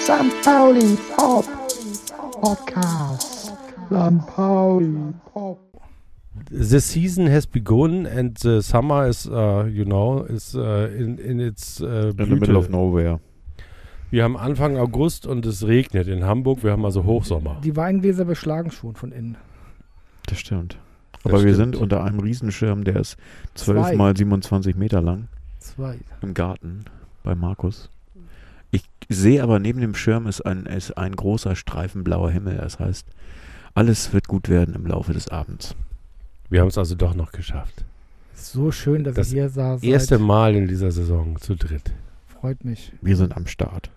St. Pauli Pop Podcast. St. Pauli Pop. The season has begun and the summer is, uh, you know, is uh, in, in its uh, In the middle of Blüte. nowhere. Wir haben Anfang August und es regnet in Hamburg. Wir haben also Hochsommer. Die Weinweser beschlagen schon von innen. Das stimmt. Das Aber wir stimmt. sind unter einem Riesenschirm, der ist 12 Zwei. mal 27 Meter lang Zwei. im Garten bei Markus. Ich sehe aber neben dem Schirm ist ein, ist ein großer Streifen blauer Himmel. Das heißt, alles wird gut werden im Laufe des Abends. Wir haben es also doch noch geschafft. So schön, dass Das ihr hier saß. Erste Mal in dieser Saison zu dritt. Freut mich. Wir sind am Start.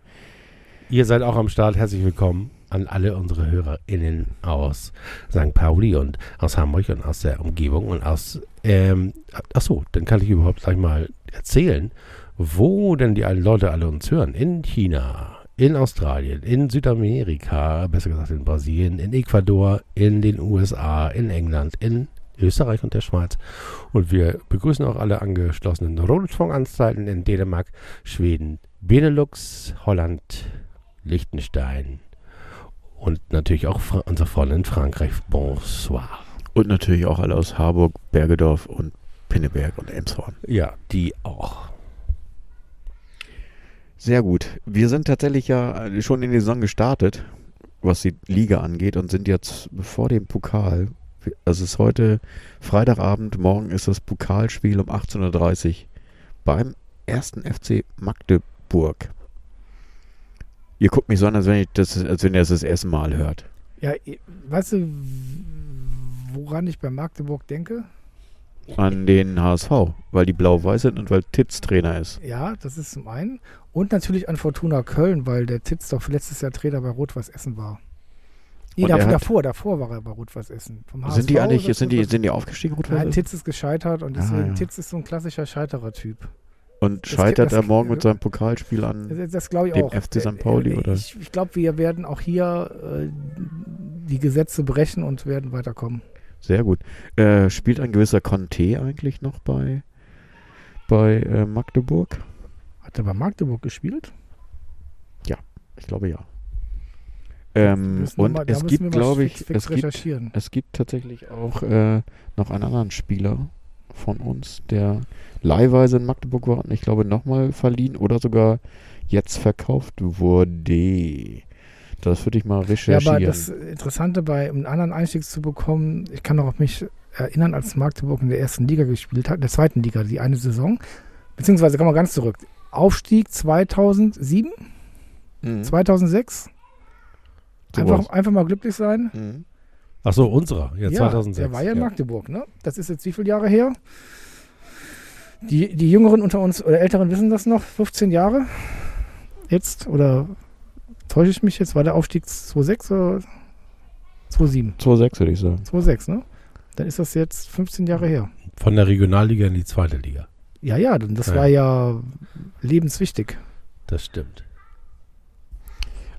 Ihr seid auch am Start. Herzlich willkommen an alle unsere HörerInnen aus St. Pauli und aus Hamburg und aus der Umgebung und aus. Ähm, ach so, dann kann ich überhaupt gleich mal erzählen, wo denn die alten Leute alle uns hören. In China, in Australien, in Südamerika, besser gesagt in Brasilien, in Ecuador, in den USA, in England, in Österreich und der Schweiz. Und wir begrüßen auch alle angeschlossenen Rundfunkanstalten in Dänemark, Schweden, Benelux, Holland, Liechtenstein und natürlich auch Fra unsere Freunde in Frankreich. Bonsoir. Und natürlich auch alle aus Harburg, Bergedorf und Pinneberg und Elmshorn. Ja, die auch. Sehr gut. Wir sind tatsächlich ja äh, schon in die Saison gestartet, was die Liga angeht, und sind jetzt vor dem Pokal. Es ist heute Freitagabend, morgen ist das Pokalspiel um 18.30 Uhr beim ersten FC Magdeburg. Ihr guckt mich so an, als wenn, ich das, als wenn ihr das das erste Mal hört. Ja, eh, weißt du, w- woran ich bei Magdeburg denke? An den HSV, weil die blau-weiß sind und weil Titz Trainer ist. Ja, das ist zum einen. Und natürlich an Fortuna Köln, weil der Titz doch letztes Jahr Trainer bei Rot-Weiß Essen war. Nee, Und da, er hat- davor, davor war er bei Rot-Weiß Essen. Vom HSV Sind die eigentlich, oder sind die, Rot-Weiß- sind die aufgestiegen, rot Nein, Titz ist gescheitert und Ah, deswegen, ja. Titz ist so ein klassischer Scheiterer-Typ. Und das- scheitert das- er morgen mit seinem Pokalspiel an Hm. Das, das glaube ich Dem auch. FC St. Pauli, Äh, oder? Ich, ich glaube, wir werden auch hier äh, die Gesetze brechen und werden weiterkommen. Sehr gut. Äh, spielt ein gewisser Conte eigentlich noch bei, bei äh, Magdeburg? Hat er bei Magdeburg gespielt? Ich glaube ja. Ähm, Müssen wir und mal- da müssen es wir gibt, mal glaube ich, fix, fix es gibt, recherchieren. es gibt tatsächlich auch äh, noch einen anderen Spieler von uns, der leihweise in Magdeburg war und ich glaube nochmal verliehen oder sogar jetzt verkauft wurde. Das würde ich mal Ja, recherchieren. aber das Interessante bei um einen anderen Einstieg zu bekommen, ich kann noch auf mich erinnern, als Magdeburg in der ersten Liga gespielt hat, in der zweiten Liga, die eine Saison, beziehungsweise kann man ganz zurück. Aufstieg 2007, Hm. mhm. 2006. Sowas. Einfach, einfach mal glücklich sein. Mhm. Ach so, unserer. Ja, 2006. Der war ja in Ja. Magdeburg, ne? Das ist jetzt wie viele Jahre her? Die, die Jüngeren unter uns oder Älteren wissen das noch, 15 Jahre jetzt oder täusche ich mich jetzt? War der Aufstieg 2,6 oder 2,7? 2,6 würde ich sagen. 2,6, ne? Dann ist das jetzt 15 Jahre her. Von der Regionalliga in die zweite Liga. Ja, ja, denn das Ja. war ja lebenswichtig. Das stimmt.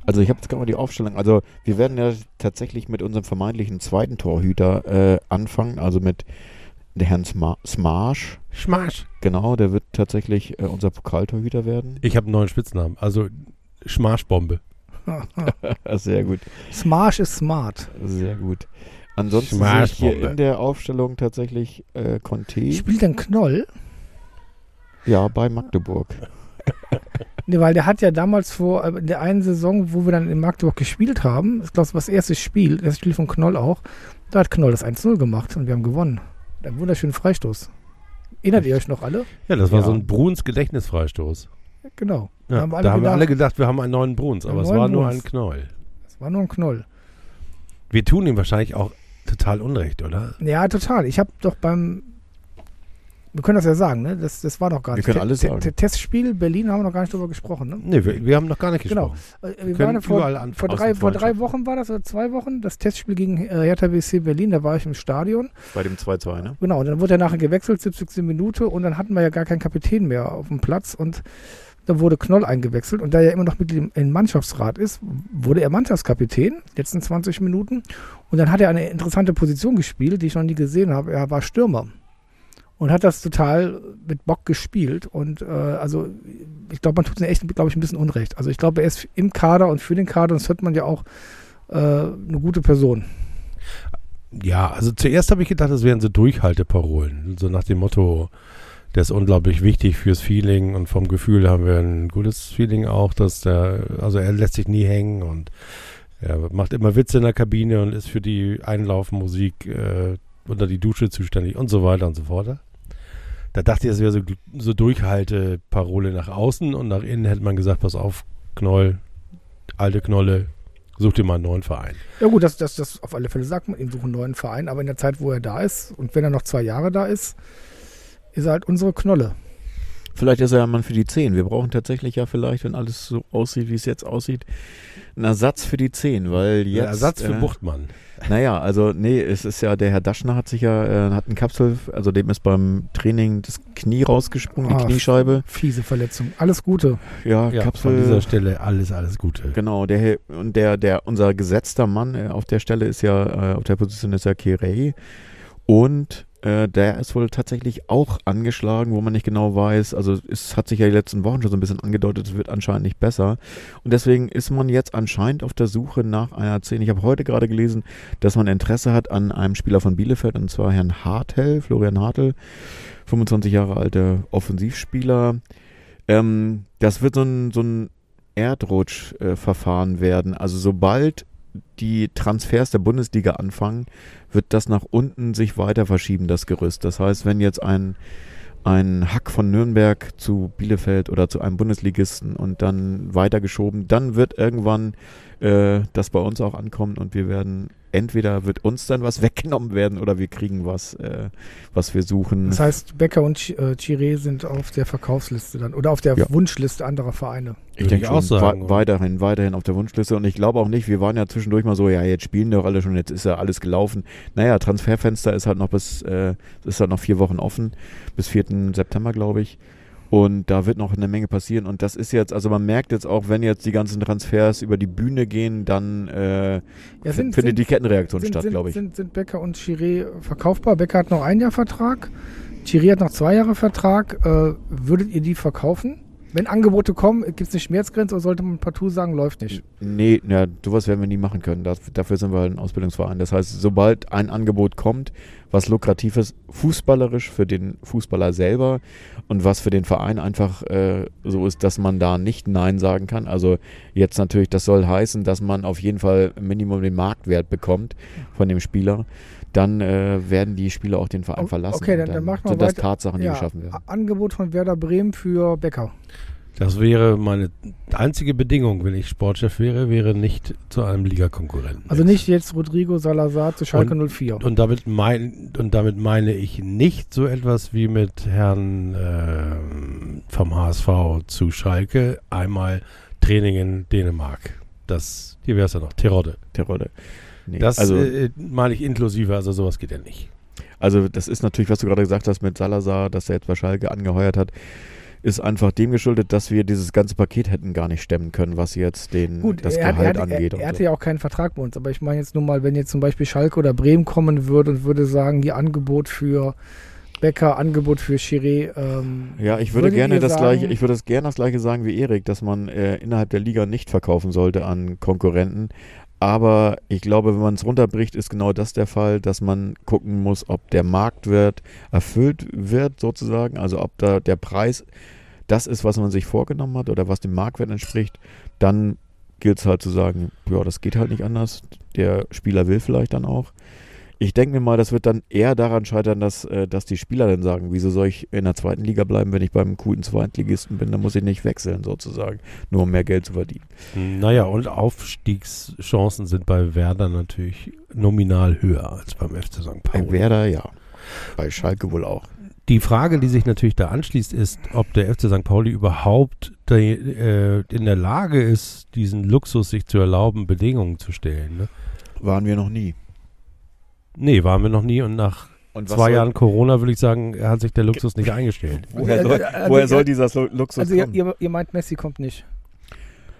Also ich habe jetzt gerade mal die Aufstellung. Also wir werden ja tatsächlich mit unserem vermeintlichen zweiten Torhüter äh, anfangen, also mit der Herrn Sma Smarsch. Schmarsch. Genau, der wird tatsächlich äh, unser Pokaltorhüter werden. Ich habe einen neuen Spitznamen. Also Schmarschbombe. sehr gut, Smarsch ist smart. sehr gut. Ansonsten sehe ich Smarsch, hier Bombe. in der Aufstellung tatsächlich äh, Conte, Spielt denn Knoll? ja, bei Magdeburg. Ne, weil der hat ja damals vor, äh, in der einen Saison, wo wir dann in Magdeburg gespielt haben, ich glaube, das erste Spiel, das Spiel von Knoll auch, da hat Knoll das 1-0 gemacht und wir haben gewonnen. Mit einem wunderschönen Freistoß. Erinnert ihr euch noch alle? Ja, das war Ja. so ein Bruns Gedächtnisfreistoß. Genau. Ja, Da haben alle da haben wir gedacht- alle gedacht, wir haben einen neuen Bruns, aber Einen es neuen war nur Bruns. ein Knoll. Das war nur ein Knoll. Wir tun ihm wahrscheinlich auch total Unrecht, oder? Ja, total. Ich habe doch beim Wir können das ja sagen, ne? Das, das war doch gar Wir nicht. können Te- alles Te- sagen. Te- Testspiel Berlin haben wir noch gar nicht drüber gesprochen, ne? Nee, wir, wir haben noch gar nicht Genau. gesprochen. Äh, Wir Wir können waren ja vor, überall anfangen, vor, aus drei, dem vor drei Freundschaft. Wochen war das oder zwei Wochen, das Testspiel gegen äh, Hertha BSC Berlin, da war ich im Stadion. Bei dem 2-2, ne? Genau, und dann wurde er nachher gewechselt, 70. Minute und dann hatten wir ja gar keinen Kapitän mehr auf dem Platz und dann wurde Knoll eingewechselt und da er immer noch mit dem im Mannschaftsrat ist, wurde er Mannschaftskapitän, die letzten 20 Minuten und dann hat er eine interessante Position gespielt, die ich noch nie gesehen habe. Er war Stürmer und hat das total mit Bock gespielt und äh, also ich glaube, man tut ihm echt, glaube ich, ein bisschen Unrecht. Also ich glaube, er ist im Kader und für den Kader und das hört man ja auch äh, eine gute Person. Ja, also zuerst habe ich gedacht, das wären so Durchhalteparolen. So nach dem Motto, der ist unglaublich wichtig fürs Feeling und vom Gefühl haben wir ein gutes Feeling auch, dass der, also er lässt sich nie hängen und er macht immer Witze in der Kabine und ist für die Einlaufmusik äh, unter die Dusche zuständig und so weiter und so fort. Da dachte ich, das wäre so, so Durchhalteparole nach außen und nach innen hätte man gesagt, pass auf, Knoll, alte Knolle, such dir mal einen neuen Verein. Ja gut, das, das, das auf alle Fälle sagt man, ihm suchen einen neuen Verein, aber in der Zeit, wo er da ist und wenn er noch zwei Jahre da ist, ist er halt unsere Knolle. Vielleicht ist er ja ein Mann für die 10. Wir brauchen tatsächlich ja vielleicht, wenn alles so aussieht, wie es jetzt aussieht, einen Ersatz für die 10, weil jetzt... Ein Ersatz für äh, Buchtmann. Naja, also nee, es ist ja, der Herr Daschner hat sich ja, äh, hat einen Kapsel, also dem ist beim Training das Knie rausgesprungen, die Ah. Kniescheibe. Fiese Verletzung. Alles Gute. Ja, Ja, Kapsel. von dieser Stelle alles, alles Gute. Genau, der He- und der, der, unser gesetzter Mann äh, auf der Stelle ist ja, äh, auf der Position ist ja Kirei. Und äh, der ist wohl tatsächlich auch angeschlagen, wo man nicht genau weiß. Also es hat sich ja die letzten Wochen schon so ein bisschen angedeutet, es wird anscheinend nicht besser. Und deswegen ist man jetzt anscheinend auf der Suche nach einer 10. Ich habe heute gerade gelesen, dass man Interesse hat an einem Spieler von Bielefeld, und zwar Herrn Hartel, Florian Hartel, 25 Jahre alter Offensivspieler. Ähm, das wird so ein, so ein Erdrutschverfahren werden. Also sobald die Transfers der Bundesliga anfangen, wird das nach unten sich weiter verschieben, das Gerüst. Das heißt, wenn jetzt ein, ein Hack von Nürnberg zu Bielefeld oder zu einem Bundesligisten und dann weitergeschoben, dann wird irgendwann äh, das bei uns auch ankommen und wir werden, entweder wird uns dann was weggenommen werden oder wir kriegen was, äh, was wir suchen. Das heißt, Becker und Chi- äh, Chiré sind auf der Verkaufsliste dann oder auf der Ja. Wunschliste anderer Vereine. Ich Würde denke ich auch auch sagen, sagen, oder? weiterhin, weiterhin auf der Wunschliste. Und ich glaube auch nicht, wir waren ja zwischendurch mal so, ja, jetzt spielen doch alle schon, jetzt ist ja alles gelaufen. Naja, Transferfenster ist halt noch bis, äh, ist halt noch vier Wochen offen, bis 4. September, glaube ich. Und da wird noch eine Menge passieren. Und das ist jetzt, also man merkt jetzt auch, wenn jetzt die ganzen Transfers über die Bühne gehen, dann äh, Ja, sind- findet sind- die Kettenreaktion sind, statt, sind, glaube ich. Sind, sind Becker und Chiré verkaufbar? Becker hat noch ein Jahr Vertrag, Chiré hat noch zwei Jahre Vertrag. Äh, würdet ihr die verkaufen? Wenn Angebote kommen, gibt es eine Schmerzgrenze oder sollte man partout sagen, läuft nicht? Nee, na, sowas werden wir nie machen können. Das, dafür sind wir halt ein Ausbildungsverein. Das heißt, sobald ein Angebot kommt, was lukrativ ist, fußballerisch für den Fußballer selber und was für den Verein einfach äh, so ist, dass man da nicht Nein sagen kann. Also jetzt natürlich, das soll heißen, dass man auf jeden Fall Minimum den Marktwert bekommt von dem Spieler. Dann äh, werden die Spieler auch den Verein O- verlassen. okay, Und dann- dann mach mal sind das weiter. Tatsachen, die Ja, geschaffen werden. Angebot von Werder Bremen für Becker. Das wäre meine einzige Bedingung, wenn ich Sportchef wäre, wäre nicht zu einem Ligakonkurrenten. Also nicht jetzt Rodrigo Salazar zu Schalke 04. Und damit, mein, und damit meine ich nicht so etwas wie mit Herrn ähm, vom HSV zu Schalke, einmal Training in Dänemark. Das, hier wäre es ja noch, Terodde. Der Rolle. Nee, Das äh, meine ich inklusive, also sowas geht ja nicht. Also das ist natürlich, was du gerade gesagt hast mit Salazar, dass er jetzt bei Schalke angeheuert hat, ist einfach dem geschuldet, dass wir dieses ganze Paket hätten gar nicht stemmen können, was jetzt den, Gut, das er, hat- Gehalt er, hat- angeht. er, und er hatte so. ja auch keinen Vertrag bei uns, aber ich meine jetzt nur mal, wenn jetzt zum Beispiel Schalke oder Bremen kommen würde und würde sagen, ihr Angebot für Becker, Angebot für Chiré. Ähm, ja, ich würde würdet gerne ihr das sagen- gleiche, ich würde das gerne das gleiche sagen wie Erik, dass man äh, innerhalb der Liga nicht verkaufen sollte an Konkurrenten. Aber ich glaube, wenn man es runterbricht, ist genau das der Fall, dass man gucken muss, ob der Marktwert erfüllt wird, sozusagen. Also ob da der Preis das ist, was man sich vorgenommen hat oder was dem Marktwert entspricht, dann gilt es halt zu sagen, ja, das geht halt nicht anders. Der Spieler will vielleicht dann auch. Ich denke mir mal, das wird dann eher daran scheitern, dass, äh, dass die Spieler dann sagen, wieso soll ich in der zweiten Liga bleiben, wenn ich beim guten Zweitligisten bin, dann muss ich nicht wechseln sozusagen, nur um mehr Geld zu verdienen. Naja, und Aufstiegschancen sind bei Werder natürlich nominal höher als beim FC St. Bei Pauli. Werder ja, bei Schalke wohl auch. Die Frage, die sich natürlich da anschließt, ist, ob der FC St. Pauli überhaupt de, äh, in der Lage ist, diesen Luxus sich zu erlauben, Bedingungen zu stellen. Ne? Waren wir noch nie. Nee, waren wir noch nie und nach Und was zwei soll- Jahren Corona würde ich sagen, hat sich der Luxus nicht eingestellt. Woher soll, Also, woher also, soll dieser so Luxus Also ihr, kommen? ihr, ihr meint, Messi kommt nicht.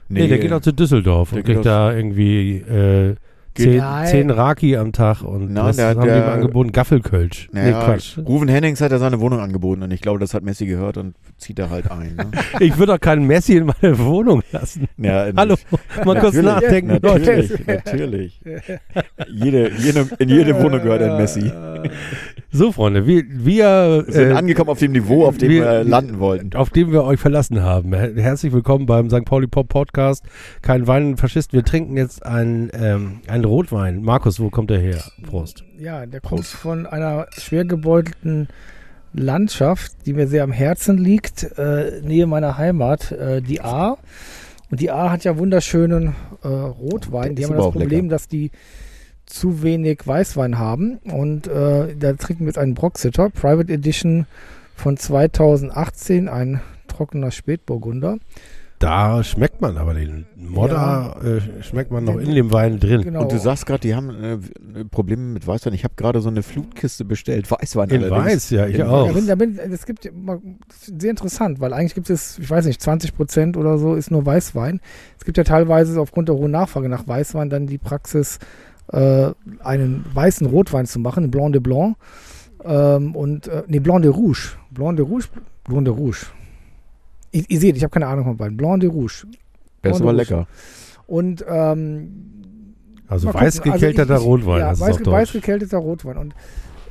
Nee, der geht auch zu Düsseldorf der und geht kriegt da irgendwie äh, Geht- zehn, Nein. zehn Raki am Tag und Nein, was der- haben die ihm der- angeboten? Gaffelkölsch. naja, nee, Quatsch. Ruven Hennings hat ja seine Wohnung angeboten und ich glaube, das hat Messi gehört und zieht da halt ein. Ne? Ich würde doch keinen Messi in meine Wohnung lassen. ja, in- Hallo, mal kurz Natürlich, nachdenken, Leute. Natürlich, natürlich. Jede, jede, in jede Wohnung gehört ein Messi. So, Freunde, wir, wir, Wir sind äh, angekommen auf dem Niveau, auf dem wir, wir- landen wollten. auf dem wir euch verlassen haben. Her herzlich willkommen beim St. Pauli Pop Podcast. Kein Wein, Faschist. Wir trinken jetzt einen, ähm, einen Rotwein. Markus, wo kommt er her? Prost. Ja, der kommt Prost. von einer schwer gebeutelten Landschaft, die mir sehr am Herzen liegt, äh, nähe meiner Heimat, äh, die A. Und die A hat ja wunderschönen äh, Rotwein. Der Die ist haben aber das auch Problem, lecker. dass die zu wenig Weißwein haben. Und äh, da trinken wir jetzt einen Broxitter, Private Edition von 2018, ein trockener Spätburgunder. Da schmeckt man aber den Modder, äh, schmeckt man noch in dem Wein drin. Genau. Und du sagst gerade, die haben äh, Probleme mit Weißwein. Ich habe gerade so eine Flutkiste bestellt. Weißwein In allerdings. Weiß, ja, ich In auch. Ja, wenn, da bin, das gibt ja mal- das ist sehr interessant, weil eigentlich gibt es, ich weiß nicht, 20 Prozent oder so ist nur Weißwein. Es gibt ja teilweise aufgrund der hohen Nachfrage nach Weißwein dann die Praxis, äh, einen weißen Rotwein zu machen, einen Blanc de Blanc ähm, und äh, nee, Blanc de Rouge, Blanc de Rouge, Blanc de Rouge. Ihr, ihr seht, ich habe keine Ahnung von beiden. Blanc de Rouge. Der ist aber lecker. Und ähm, Also Mal weiß gucken. Also gekälterter ich- ich- Rotwein. Ja, das weiß, ist auf weiß Deutsch. gekälterter Rotwein. Und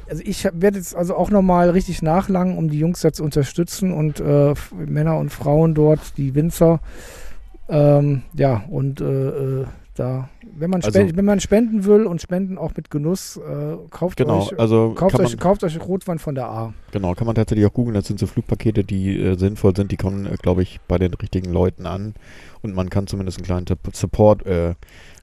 also ich hab- werde jetzt also auch nochmal richtig nachlangen, um die Jungs da zu unterstützen und äh, F- Männer und Frauen dort, die Winzer. Ähm, ja, und äh, äh, da, wenn man, Also- spend, wenn man spenden will und spenden auch mit Genuss, äh, kauft Genau, euch. also Kauft kann euch, man, kauft euch Rotwein von der A. genau, kann man tatsächlich auch googeln. Das sind so Flugpakete, die äh, sinnvoll sind. Die kommen, äh, glaube ich, bei den richtigen Leuten an. Und man kann zumindest einen kleinen Tipp- Support äh, äh,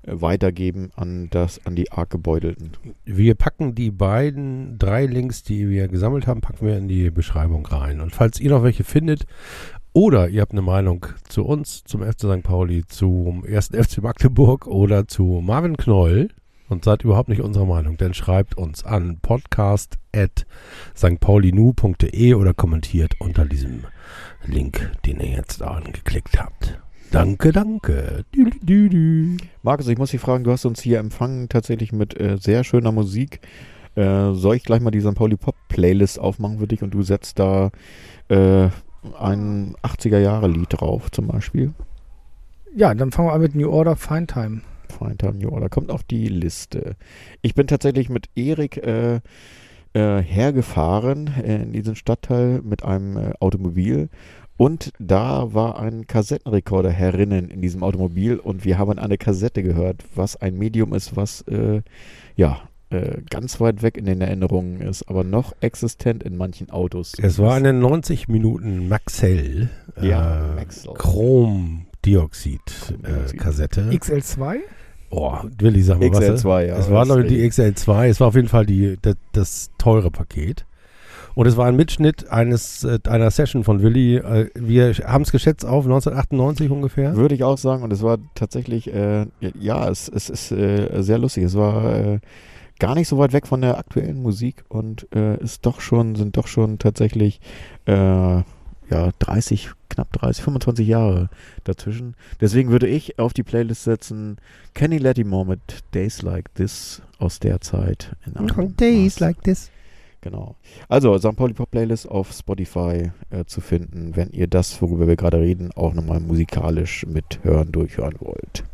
weitergeben an, das, an die arg gebeutelten. Wir packen die beiden drei Links, die wir gesammelt haben, packen wir in die Beschreibung rein. Und falls ihr noch welche findet oder ihr habt eine Meinung zu uns, zum FC St. Pauli, zum 1. FC Magdeburg oder zu Marvin Knoll und seid überhaupt nicht unserer Meinung, dann schreibt uns an podcast at stpaulinu.de oder kommentiert unter diesem Link, den ihr jetzt angeklickt habt. Danke, danke. Dü, dü, dü. Markus, ich muss dich fragen, du hast uns hier empfangen tatsächlich mit äh, sehr schöner Musik. Äh, soll ich gleich mal die St. Pauli Pop Playlist aufmachen für dich und du setzt da äh, ein 80er Jahre Lied drauf zum Beispiel? Ja, dann fangen wir an mit New Order Fine Time. Fine Time New Order kommt auf die Liste. Ich bin tatsächlich mit Erik äh, äh, hergefahren äh, in diesen Stadtteil mit einem äh, Automobil und da war ein Kassettenrekorder herinnen in diesem Automobil und wir haben eine Kassette gehört, was ein Medium ist, was äh, ja äh, ganz weit weg in den Erinnerungen ist, aber noch existent in manchen Autos. Es war eine 90 Minuten Maxell. ja, äh, Maxell. Chromdioxid-Kassette. Äh, Chromdioxid. Kassette. XL2? oh, Willi, sag mal was. äh? XL2, ja. es war, das glaube ich, ist die XL2. Es war auf jeden Fall die, das, das teure Paket. Und es war ein Mitschnitt eines äh, einer Session von Willi. Äh, wir haben es geschätzt auf 1998 ungefähr. Würde ich auch sagen. Und es war tatsächlich, äh, ja, es, es ist äh, sehr lustig. Es war äh, gar nicht so weit weg von der aktuellen Musik und äh, ist doch schon, sind doch schon tatsächlich äh, ja, 30, knapp 30, 25 Jahre dazwischen. Deswegen würde ich auf die Playlist setzen Kenny Lattimore mit Days Like This aus der Zeit. In einem Maß. this. Genau. Also, St. Pauli Pop Playlist auf Spotify äh, zu finden, wenn ihr das, worüber wir gerade reden, auch nochmal musikalisch mithören, durchhören wollt.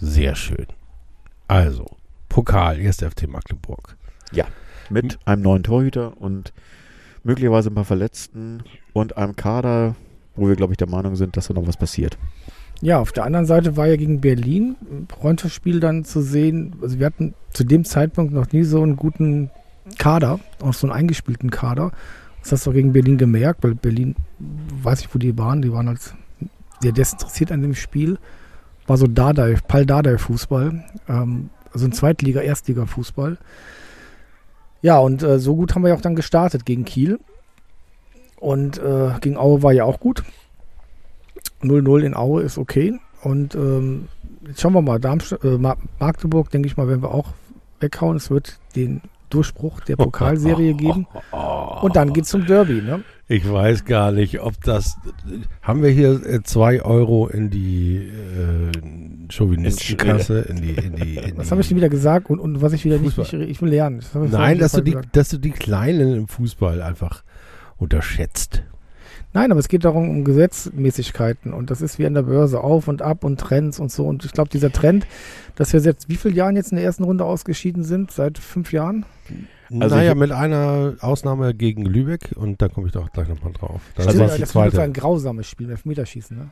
Sehr schön. Also, Pokal, 1. FC Magdeburg. Mit einem neuen Torhüter und möglicherweise ein paar Verletzten und einem Kader, wo wir, glaube ich, der Meinung sind, dass da noch was passiert. Ja, auf der anderen Seite war ja gegen Berlin ein Freundschaftsspiel dann zu sehen. Also wir hatten zu dem Zeitpunkt noch nie so einen guten Kader, auch so einen eingespielten Kader. Das hast du auch gegen Berlin gemerkt, weil Berlin, weiß ich, wo die waren, die waren halt sehr desinteressiert an dem Spiel. War so Dardai, Pal Dardai Fußball, ähm, also ein Zweitliga, Erstliga Fußball. Ja, und äh, so gut haben wir ja auch dann gestartet gegen Kiel. Und äh, gegen Aue war ja auch gut. 0-0 in Aue ist okay. Und ähm, jetzt schauen wir mal. Darmstadt, äh, Ma- Magdeburg, denke ich mal, werden wir auch weghauen. Es wird den Durchbruch Oh der Pokalserie geben. Und dann geht's zum Derby. Ne? Ich weiß gar nicht, ob das. Haben wir hier äh, zwei Euro in die äh, Chauvinistenkasse? In die, in die, in Was die- habe ich denn wieder gesagt? Und, und was ich wieder nicht, nicht. Fußball. Ich will lernen. Das hab ich Nein, vorhin dass du, schon die, gesagt. dass du die Kleinen im Fußball einfach unterschätzt. Nein, aber es geht darum, um Gesetzmäßigkeiten. Und das ist wie an der Börse auf und ab und Trends und so. Und ich glaube, dieser Trend, dass wir seit wie vielen Jahren jetzt in der ersten Runde ausgeschieden sind? Seit fünf Jahren? Also naja, ich- mit einer Ausnahme gegen Lübeck und da komme ich doch gleich nochmal drauf. Das Stimmt, ist die das war ein zweite. grausames Spiel, Elfmeterschießen. Ne?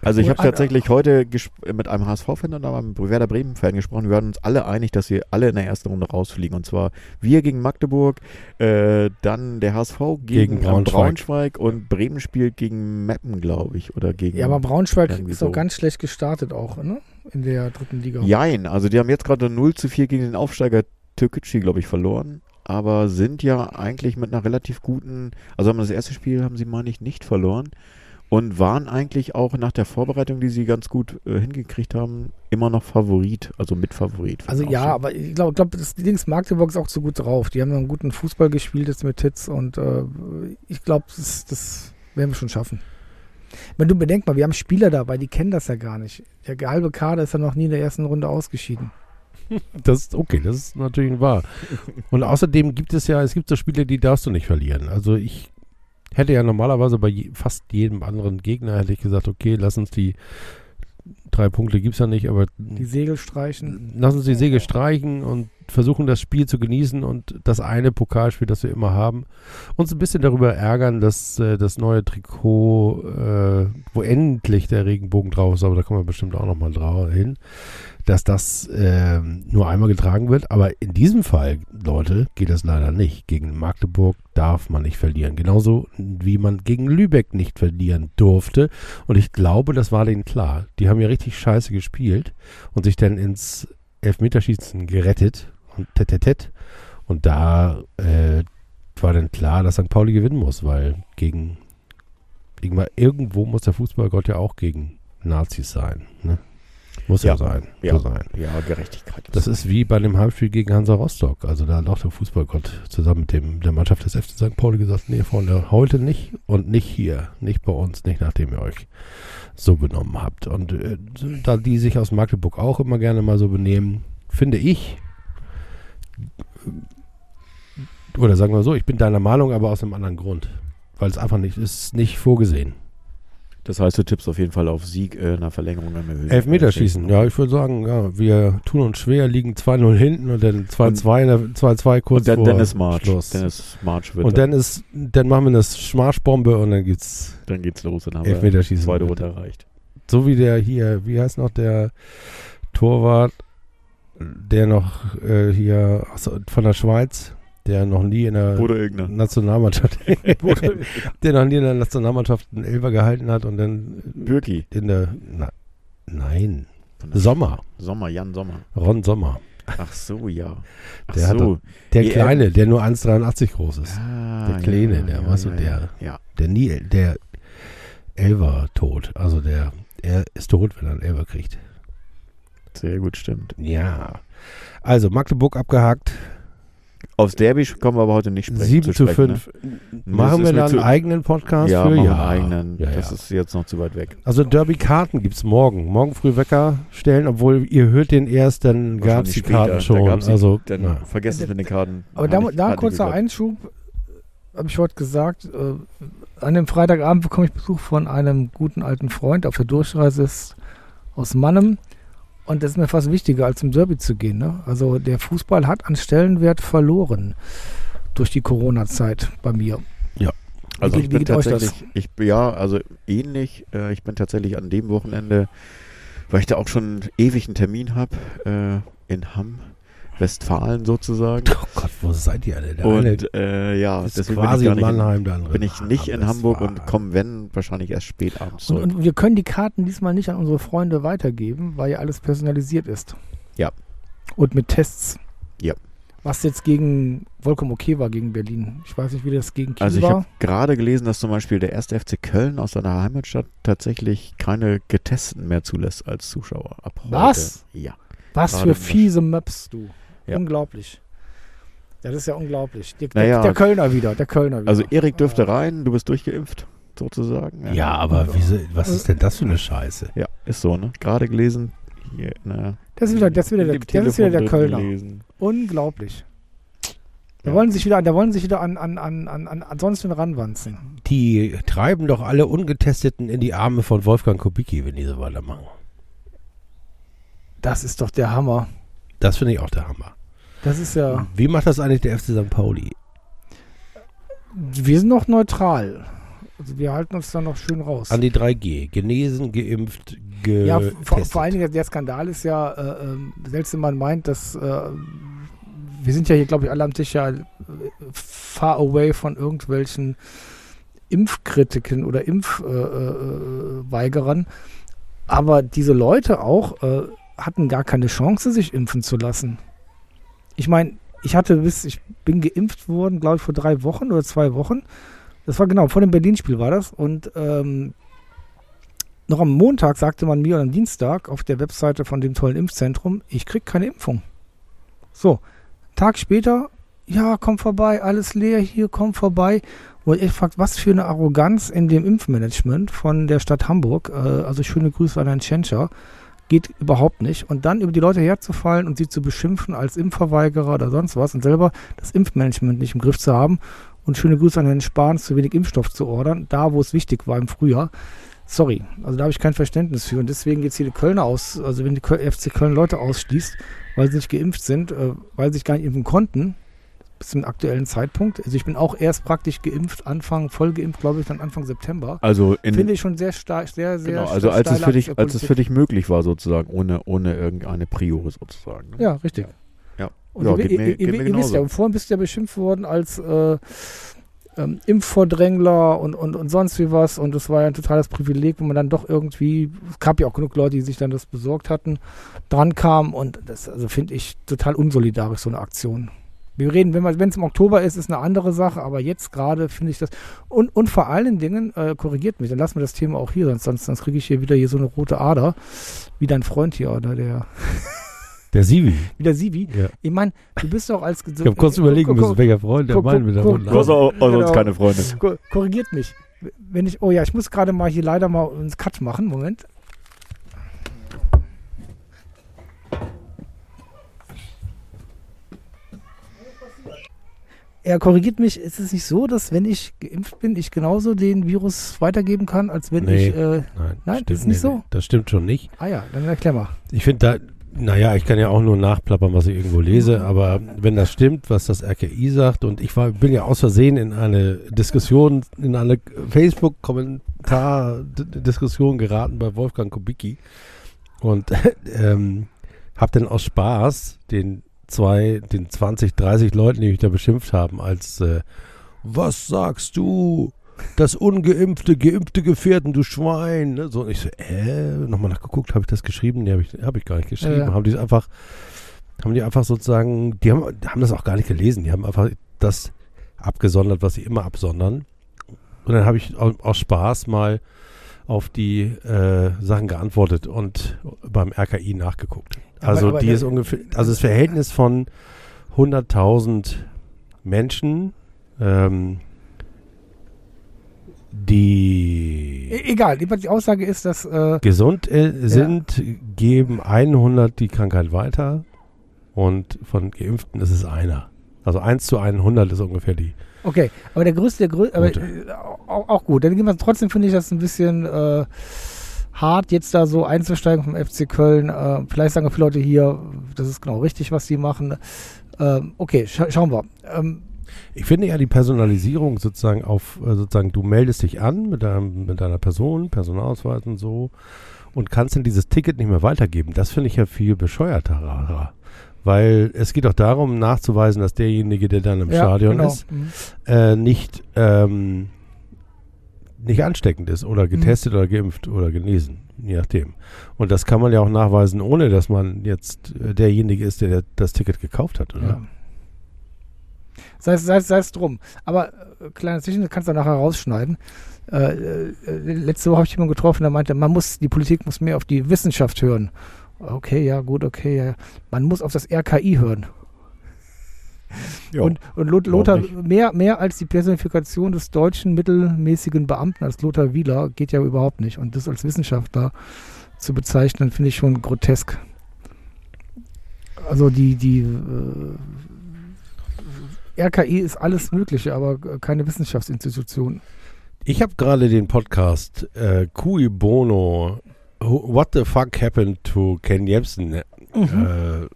Also ich Und habe ein- tatsächlich heute gesp- mit einem HSV-Fan und einem Werder Bremen-Fan gesprochen. Wir waren uns alle einig, dass wir alle in der ersten Runde rausfliegen. Und zwar wir gegen Magdeburg, äh, dann der HSV gegen, Gegen äh, Braunschweig. Braunschweig und Bremen spielt gegen Meppen, glaube ich. Oder gegen Ja, aber Braunschweig Irgendwie ist doch so. ganz schlecht gestartet auch, ne? In der dritten Liga. Jein. Also die haben jetzt gerade 0 zu 4 gegen den Aufsteiger Türkgücü, glaube ich, verloren. Aber sind ja eigentlich mit einer relativ guten, also haben das erste Spiel, haben sie, meine ich, nicht verloren. Und waren eigentlich auch nach der Vorbereitung, die sie ganz gut äh, hingekriegt haben, immer noch Favorit, also Mitfavorit. für Also den ja, Aufstieg. aber ich glaube, glaub, das Dings Magdeburg ist auch so gut drauf. Die haben einen guten Fußball gespielt jetzt mit Hits und äh, ich glaube, das, das werden wir schon schaffen. Wenn du bedenk mal, wir haben Spieler dabei, die kennen das ja gar nicht. Der halbe Kader ist ja noch nie in der ersten Runde ausgeschieden. Das ist okay, das ist natürlich wahr. Und außerdem gibt es ja, es gibt so Spiele, die darfst du nicht verlieren. Also ich hätte ja normalerweise bei je, fast jedem anderen Gegner hätte ich gesagt, okay, lass uns die drei Punkte gibt's ja nicht, aber Die Segel streichen. lass uns die Segel streichen und versuchen, das Spiel zu genießen und das eine Pokalspiel, das wir immer haben, uns ein bisschen darüber ärgern, dass äh, das neue Trikot, äh, wo endlich der Regenbogen drauf ist, aber da kommen wir bestimmt auch nochmal drauf hin, dass das ähm, nur einmal getragen wird. Aber in diesem Fall, Leute, geht das leider nicht. Gegen Magdeburg darf man nicht verlieren. Genauso wie man gegen Lübeck nicht verlieren durfte. Und ich glaube, das war denen klar. Die haben ja richtig scheiße gespielt und sich dann ins Elfmeterschießen gerettet und tet, tet, tet. Und da äh, war dann klar, dass St. Pauli gewinnen muss, weil gegen irgendwann- irgendwo muss der Fußballgott ja auch gegen Nazis sein. Ne? Muss ja, Ja. sein. Ja. So sein. Ja, Gerechtigkeit. Das ist wie bei dem Heimspiel gegen Hansa Rostock. Also da hat auch der Fußballgott zusammen mit dem, der Mannschaft des FC St. Pauli gesagt, nee, Freunde, heute nicht und nicht hier, nicht bei uns, nicht nachdem ihr euch so benommen habt. Und äh, da die sich aus Magdeburg auch immer gerne mal so benehmen, finde ich, oder sagen wir so, ich bin deiner Meinung, aber aus einem anderen Grund. Weil es einfach nicht, es ist nicht vorgesehen. das heißt, du tippst auf jeden Fall auf Sieg äh, einer Verlängerung. wenn wir höher Elfmeterschießen, ja, ich würde sagen, ja, wir tun uns schwer, liegen 2-0 hinten und dann 2-2 in der- 2-2 kurz Und dann vor Dennis March. Schluss. Dennis March wird und dann, dann ist, dann machen wir eine Schmarschbombe und dann gibt's dann geht's los. Dann haben wir die Elfmeterschießen. zweite Runde erreicht. So wie der hier, wie heißt noch der Torwart, der noch äh, hier ach so, von der Schweiz, der noch nie in der Bodo Ilgner. Nationalmannschaft, der noch nie in der Nationalmannschaft einen Elfer gehalten hat und dann Bürki. in der, na, nein, Von der- Sommer, Sommer, Jan Sommer. Ron Sommer. Ach so, ja. Ach Der hat so. Der Die Kleine, der nur 1,83 groß ist. Ah, Der Kleine, der, weißt du, der- Ja, Der Neil, der Elver tot. Also der, er ist tot, wenn er einen Elver kriegt. sehr gut, stimmt. Ja. Also Magdeburg abgehakt, Aufs Derby kommen wir aber heute nicht sprechen. 7 zu sprechen, 5. Ne? Machen Das wir ist mir da einen zu- eigenen Podcast ja, für? machen wir ja. einen eigenen. Ja, Das ja. ist jetzt noch zu weit weg. Also Derby-Karten gibt es morgen. Morgen früh Wecker stellen, obwohl ihr hört den erst, dann gab es Wahrscheinlich die später. Da Karten schon. gab's die- also, Dann na. vergesst es mit den Karten. Aber Hat da, nicht- da hat ein nicht kurzer geklappt. Einschub, habe ich heute gesagt, äh, an dem Freitagabend bekomme ich Besuch von einem guten alten Freund, der auf der Durchreise ist aus Mannem. Und das ist mir fast wichtiger, als zum Derby zu gehen. Ne? Also der Fußball hat an Stellenwert verloren durch die Corona-Zeit bei mir. Also Wie ich geht- bin wie geht euch das? tatsächlich, ich ja, also ähnlich. Äh, ich bin tatsächlich an dem Wochenende, weil ich da auch schon ewig einen Termin habe, äh, in Hamm, Westfalen sozusagen. Oh Gott, wo seid ihr alle? Der eine Und äh, ja, ist deswegen quasi bin ich, gar nicht Mannheim, der andere in, bin ich nicht in Das Hamburg war- und komme, wenn, wahrscheinlich erst spät abends Und, zurück. und wir können die Karten diesmal nicht an unsere Freunde weitergeben, weil ja alles personalisiert ist. Ja. Und mit Tests. Ja. Was jetzt gegen vollkommen okay war gegen Berlin. Ich weiß nicht, wie das gegen Kiel Also ich war. habe gerade gelesen, dass zum Beispiel der erste FC Köln aus seiner Heimatstadt tatsächlich keine Getesteten mehr zulässt als Zuschauer. Ab heute. Was? Ja. Was gerade für fiese Maps, du. Ja. Unglaublich. Das ist ja unglaublich. Der, Naja. der, der Kölner wieder, der Kölner wieder. Also Erik dürfte rein, du bist durchgeimpft, sozusagen. Ja, Also, aber wieso, was äh, ist denn das für eine Scheiße? Ja, ist so, ne? Gerade gelesen. Hier, na, das ist wieder, das ist wieder, in der, dem das ist wieder Telefon der drin Kölner. gelesen. Unglaublich. Da Ja. wollen sich wieder, da wollen sich wieder an, an, an, an, an ansonsten ranwanzen. Die treiben doch alle Ungetesteten in die Arme von Wolfgang Kubicki, wenn die so weitermachen. Das ist doch der Hammer. Das finde ich auch der Hammer. Das ist ja. Wie macht das eigentlich der FC St. Pauli? Wir sind noch neutral. Also wir halten uns da noch schön raus. An die 3G. Genesen, geimpft, getestet. ja, vor, vor allen Dingen der Skandal ist ja, äh, ähm, selbst wenn man meint, dass äh, wir sind ja hier, glaube ich, alle am Tisch ja äh, far away von irgendwelchen Impfkritiken oder Impfweigerern. Äh, äh, Weigerern. Aber diese Leute auch äh, hatten gar keine Chance, sich impfen zu lassen. Ich meine, ich hatte bis, ich bin geimpft worden, glaube ich, vor drei Wochen oder zwei Wochen. Das war genau, vor dem Berlin-Spiel war das. Und ähm, noch am Montag sagte man mir und am Dienstag auf der Webseite von dem tollen Impfzentrum, ich krieg keine Impfung. So, Tag später, ja, komm vorbei, alles leer hier, komm vorbei. Wo ich echt fragt, was für eine Arroganz in dem Impfmanagement von der Stadt Hamburg, äh, also schöne Grüße an Herrn Tschentscher, geht überhaupt nicht. Und dann über die Leute herzufallen und sie zu beschimpfen als Impfverweigerer oder sonst was und selber das Impfmanagement nicht im Griff zu haben und schöne Grüße an Herrn Spahn, zu wenig Impfstoff zu ordern, da wo es wichtig war im Frühjahr. Sorry, also da habe ich kein Verständnis für. Und deswegen jetzt hier die Kölner aus, also wenn die Köl- FC Köln Leute ausschließt, weil sie nicht geimpft sind, äh, weil sie sich gar nicht impfen konnten, bis zum aktuellen Zeitpunkt. Also ich bin auch erst praktisch geimpft, Anfang, voll geimpft, glaube ich, dann Anfang September. Also in, Finde ich schon sehr stark, sehr, sehr genau, also als es, steile für dich, als es Politik. für dich möglich war, sozusagen, ohne, ohne irgendeine Priore sozusagen. Ne? Ja, richtig. Ja. Und Ja, ihr, geht ihr, mir- ihr, geht mir ihr, ihr wisst ja, genauso. vorhin bist du ja beschimpft worden als äh, ähm, Impfvordrängler und, und, und sonst wie was. Und es war ja ein totales Privileg, wo man dann doch irgendwie, es gab ja auch genug Leute, die sich dann das besorgt hatten, dran kamen. Und das also finde ich total unsolidarisch, so eine Aktion. Wir reden, wenn es im Oktober ist, ist eine andere Sache, aber jetzt gerade finde ich das. Und, und vor allen Dingen, äh, korrigiert mich, dann lassen wir das Thema auch hier, sonst, sonst, sonst kriege ich hier wieder hier so eine rote Ader, wie dein Freund hier oder der, der Sivi. wie der Sivi. Ja. Ich meine, du bist doch als Ich habe kurz überlegen müssen, welcher Freund der guck, meinen wir da guck, Du hast runter. auch, auch Genau. sonst keine Freunde. Ko- Korrigiert mich. Wenn ich, oh ja, ich muss gerade mal hier leider mal einen Cut machen. Moment. Er korrigiert mich. Ist es nicht so, dass wenn ich geimpft bin, ich genauso den Virus weitergeben kann, als wenn Nee. ich. Äh, Nein, Nein, stimmt das ist nicht so. nee. Das stimmt schon nicht. ah ja, dann erklär mal. Ich finde da, naja, ich kann ja auch nur nachplappern, was ich irgendwo lese, aber wenn das stimmt, was das RKI sagt, und ich war, bin ja aus Versehen in eine Diskussion, in eine Facebook-Kommentar-Diskussion geraten bei Wolfgang Kubicki und ähm, habe dann aus Spaß den zwei, den 20, 30 Leuten, die mich da beschimpft haben, als äh, was sagst du? Das ungeimpfte, geimpfte Gefährten, du Schwein. Ne? So, und ich so, äh, nochmal nachgeguckt, habe ich das geschrieben? Nee, habe ich, hab ich gar nicht geschrieben. Ja, ja. Haben die es einfach, haben die einfach sozusagen, die haben, haben das auch gar nicht gelesen. Die haben einfach das abgesondert, was sie immer absondern. Und dann habe ich au- aus Spaß mal auf die äh, Sachen geantwortet und beim RKI nachgeguckt. Aber- Also aber die der- ist ungefähr, also das Verhältnis von 100.000 Menschen, ähm, E die egal, die Aussage ist, dass. Äh, gesund äh, sind, geben 100 die Krankheit weiter und von Geimpften ist es einer. Also 1 zu 100 ist ungefähr die. Okay, aber der größte, der größte, aber, Gute. äh, auch, auch gut. Dann gehen wir trotzdem, finde ich das ein bisschen äh, hart, jetzt da so einzusteigen vom FC Köln. Äh, vielleicht sagen viele Leute hier, das ist genau richtig, was die machen. Ähm, okay, scha schauen wir. Ähm, Ich finde ja die Personalisierung sozusagen auf, äh, sozusagen, du meldest dich an mit, deinem, mit deiner Person, Personalausweis und so und kannst dann dieses Ticket nicht mehr weitergeben. Das finde ich ja viel bescheuerter. Weil es geht doch darum, nachzuweisen, dass derjenige, der dann im ja, Stadion genau. ist, Mhm. äh, nicht, ähm, nicht ansteckend ist Mhm. oder getestet oder geimpft oder genesen, je nachdem. Und das kann man ja auch nachweisen, ohne dass man jetzt äh, derjenige ist, der das Ticket gekauft hat, oder? Ja. Sei es sei, es- sei es drum. Aber äh, kleine Zwischen, kannst du nachher rausschneiden. Äh, äh, äh, letzte Woche habe ich jemanden getroffen, der meinte, man muss, die Politik muss mehr auf die Wissenschaft hören. Okay, ja, gut, okay, ja. Man muss auf das RKI hören. Ja. Und, und Lot, Warum Lothar, nicht? mehr, mehr als die Personifikation des deutschen mittelmäßigen Beamten als Lothar Wieler geht ja überhaupt nicht. Und das als Wissenschaftler zu bezeichnen, finde ich schon grotesk. Also die, die äh, RKI ist alles Mögliche, aber keine Wissenschaftsinstitution. Ich habe gerade den Podcast äh, Cui Bono, Who- What the Fuck Happened to Ken Jebsen. Äh, Mhm.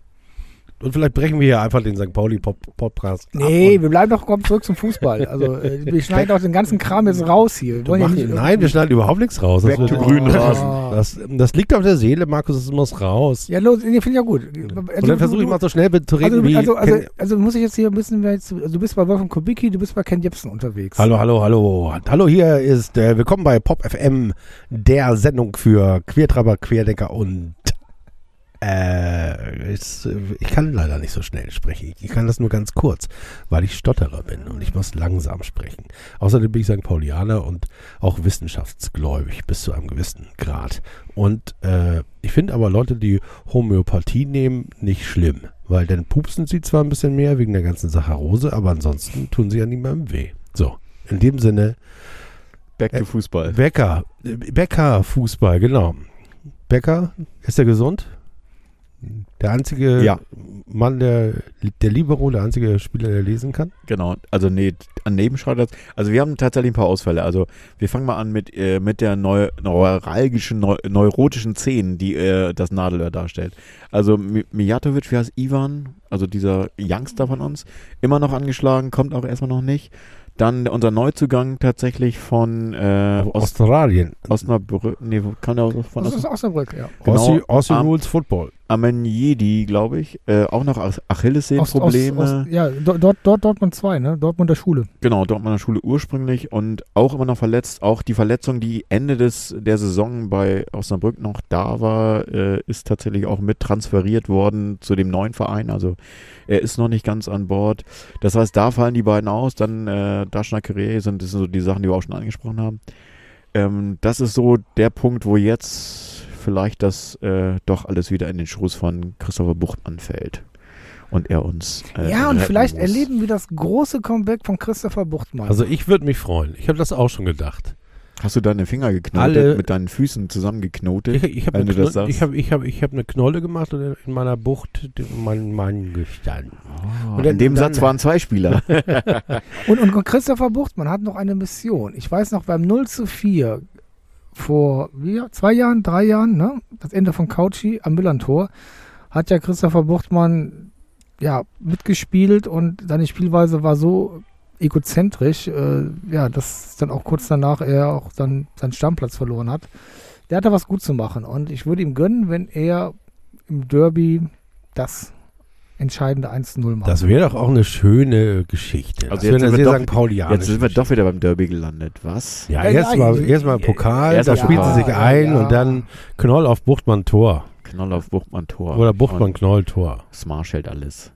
und vielleicht brechen wir hier einfach den St. Pauli Pop Podcast Nee, ab. wir bleiben doch komm zurück zum Fußball. Also äh, wir schneiden doch den ganzen Kram jetzt raus hier. Wir Und wollen ja machen, nicht- Oh. nein, wir schneiden überhaupt nichts raus. Back wird- to grünen Rasen. Das, das liegt auf der Seele, Markus, es muss raus. Ja, los, nee, finde ich ja gut. Äh, und dann versuche ich mal so schnell zu reden Also, wie. also, also, Ken- also muss ich jetzt hier müssen wir jetzt, also du bist bei Wolfgang Kubicki, du bist bei Ken Jebsen unterwegs. Hallo, hallo, hallo. Hallo, hier ist äh, Willkommen bei Pop FM, der Sendung für Quertreiber, Querdenker und äh, ist, äh, ich kann leider nicht so schnell sprechen. Ich kann das nur ganz kurz, weil ich Stotterer bin und ich muss langsam sprechen. Außerdem bin ich St. Paulianer und auch wissenschaftsgläubig bis zu einem gewissen Grad. Und äh, ich finde aber Leute, die Homöopathie nehmen, nicht schlimm, weil dann pupsen sie zwar ein bisschen mehr wegen der ganzen Saccharose, aber ansonsten tun sie ja niemandem weh. So, in dem Sinne, Back Äh, to to Fußball. Becker, Becker Fußball, genau. Becker, ist er gesund? Der einzige Ja. Mann, der, der Libero, der einzige Spieler, der lesen kann? Genau, also nee, an Nebenschreiter. Also wir haben tatsächlich ein paar Ausfälle. Also wir fangen mal an mit, äh, mit der neu, neuralgischen, neu, neurotischen 10, die äh, das Nadelöhr darstellt. Also Mi- Mijatovic, wie heißt Ivan, also dieser Youngster von uns, immer noch angeschlagen, kommt auch erstmal noch nicht. Dann unser Neuzugang tatsächlich von äh, Ost Australien. Osnabrück, nee, wo- kann der aus- von Das ist Osnabrück? Osnabrück, ja. Genau, Aussie, Aussie am- Rules Football. Amenjedi, glaube ich, äh, auch noch Ach- Achillessehnenprobleme. Ost, Ost, ja, do- dort, dort Dortmund 2, ne? Dortmund der Schule. Genau, Dortmunder Schule ursprünglich und auch immer noch verletzt. Auch die Verletzung, die Ende des, der Saison bei Osnabrück noch da war, äh, ist tatsächlich auch mit transferiert worden zu dem neuen Verein. Also er ist noch nicht ganz an Bord. Das heißt, da fallen die beiden aus. Dann äh, Daschner Kere sind, das sind so die Sachen, die wir auch schon angesprochen haben. Ähm, das ist so der Punkt, wo jetzt vielleicht das äh, doch alles wieder in den Schoß von Christopher Buchtmann fällt. Und er uns. äh, ja, und retten vielleicht muss. erleben wir das große Comeback von Christopher Buchtmann. Also ich würde mich freuen. Ich habe das auch schon gedacht. Hast du deine Finger geknotet, Alle- mit deinen Füßen zusammengeknotet? Ich, ich habe Wenn eine, du das Knolle- ich sagst. hab, ich hab, ich hab eine Knolle gemacht und in meiner Bucht mein Mann gestanden. Ah, Und dann- in dem dann- Satz waren zwei Spieler. Und, und Christopher Buchtmann hat noch eine Mission. Ich weiß noch, beim 0 zu 4 vor wie, zwei Jahren, drei Jahren, ne? das Ende von Couchy am Müllerntor, hat ja Christopher Buchtmann ja, mitgespielt und seine Spielweise war so egozentrisch, äh, ja, dass dann auch kurz danach er auch dann seinen Stammplatz verloren hat. Der hat da was gut zu machen und ich würde ihm gönnen, wenn er im Derby das entscheidende 1-0 macht. Das wäre doch auch eine schöne Geschichte. Also das jetzt wäre sind wir eine doch- sehr St. Paulianische Jetzt sind wir doch wieder beim Derby gelandet. Was? Ja, Ja, erstmal ja, erst mal Pokal, erst da mal spielen Pokal. sie sich Ja, ein ja. und dann Knoll auf Buchtmann Tor. Knoll auf Buchmann Tor. Oder Buchtmann Knoll Tor. Smart hält alles.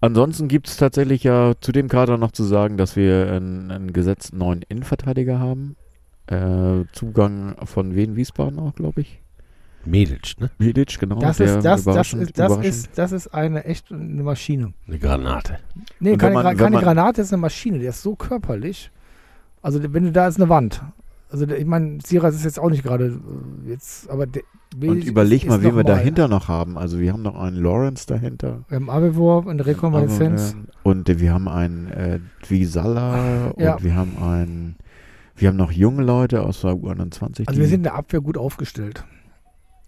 Ansonsten gibt es tatsächlich ja zu dem Kader noch zu sagen, dass wir einen, einen gesetzten neuen Innenverteidiger haben. Äh, Zugang von Wien Wiesbaden auch, glaube ich. Medic, ne? Milic, genau. Das der ist, das, das, überraschend- ist, das, überraschend. ist, das ist eine echt eine Maschine. Eine Granate. Nee, Und wenn keine, man- Gra- wenn keine man- Granate ist eine Maschine, der ist so körperlich. Also wenn du da ist eine Wand. Also der- ich meine, Siras ist jetzt auch nicht gerade äh, jetzt, aber der, Und überleg mal, wen wir dahinter. dahinter noch haben. Also wir haben noch einen Lawrence dahinter. Wir haben Abewurf und Rekonvaleszenz. Aber, ähm, Und äh, wir haben einen äh, Dvisala Ja. und wir haben einen, wir haben noch junge Leute aus der U21. Also wir sind in der Abwehr gut aufgestellt.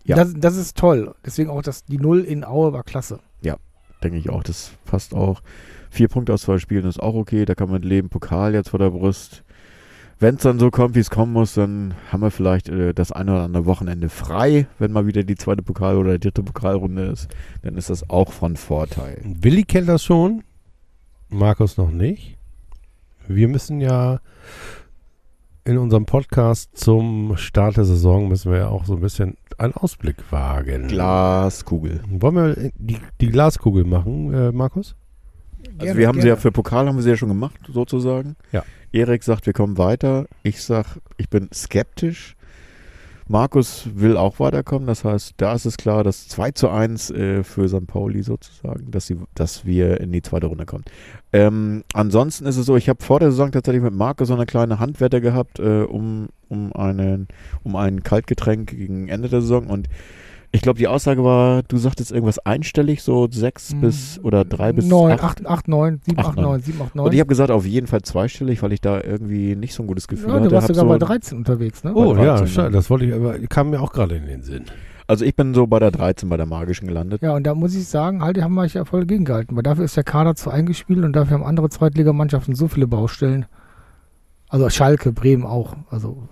Ja. Das, das ist toll. Deswegen auch das, die Null in Aue war klasse. denke ich auch, das passt auch. Vier Punkte aus zwei Spielen ist auch okay, da kann man leben. Pokal jetzt vor der Brust. Wenn es dann so kommt, wie es kommen muss, dann haben wir vielleicht äh, das eine oder andere Wochenende frei, wenn mal wieder die zweite Pokal- oder dritte Pokalrunde ist. Dann ist das auch von Vorteil. Willi kennt das schon, Markus noch nicht. Wir müssen ja in unserem Podcast zum Start der Saison müssen wir ja auch so ein bisschen einen Ausblick wagen. Glaskugel. Wollen wir die, die Glaskugel machen, äh, Markus? Also wir haben sie ja für Pokal haben wir sie ja schon gemacht, sozusagen. Ja. Erik sagt, wir kommen weiter. Ich sag, ich bin skeptisch. Markus will auch weiterkommen. Das heißt, da ist es klar, dass 2 zu 1 äh, für St. Pauli sozusagen, dass, sie, dass wir in die zweite Runde kommen. Ähm, ansonsten ist es so, ich habe vor der Saison tatsächlich mit Markus so eine kleine Handwette gehabt, äh, um, um, einen, um ein Kaltgetränk gegen Ende der Saison. Und ich glaube, die Aussage war, du sagtest irgendwas einstellig, so 6 Hm, bis oder 3 bis 9, acht. 8, 8, 9, 7, 8, Acht, neun. 9, 7, 8, 9. Und ich habe gesagt, auf jeden Fall zweistellig, weil ich da irgendwie nicht so ein gutes Gefühl ja, hatte. du warst Hab sogar bei so, 13 unterwegs, ne? Oh Bei ja, 13, schade, ne? das wollte ich, aber kam mir auch gerade in den Sinn. Also ich bin so bei der 13 bei der magischen gelandet. Ja, und da muss ich sagen, halt, die haben wir ja voll gegengehalten, weil dafür ist der Kader zu eingespielt und dafür haben andere Zweitligamannschaften so viele Baustellen. Also Schalke, Bremen auch. Also,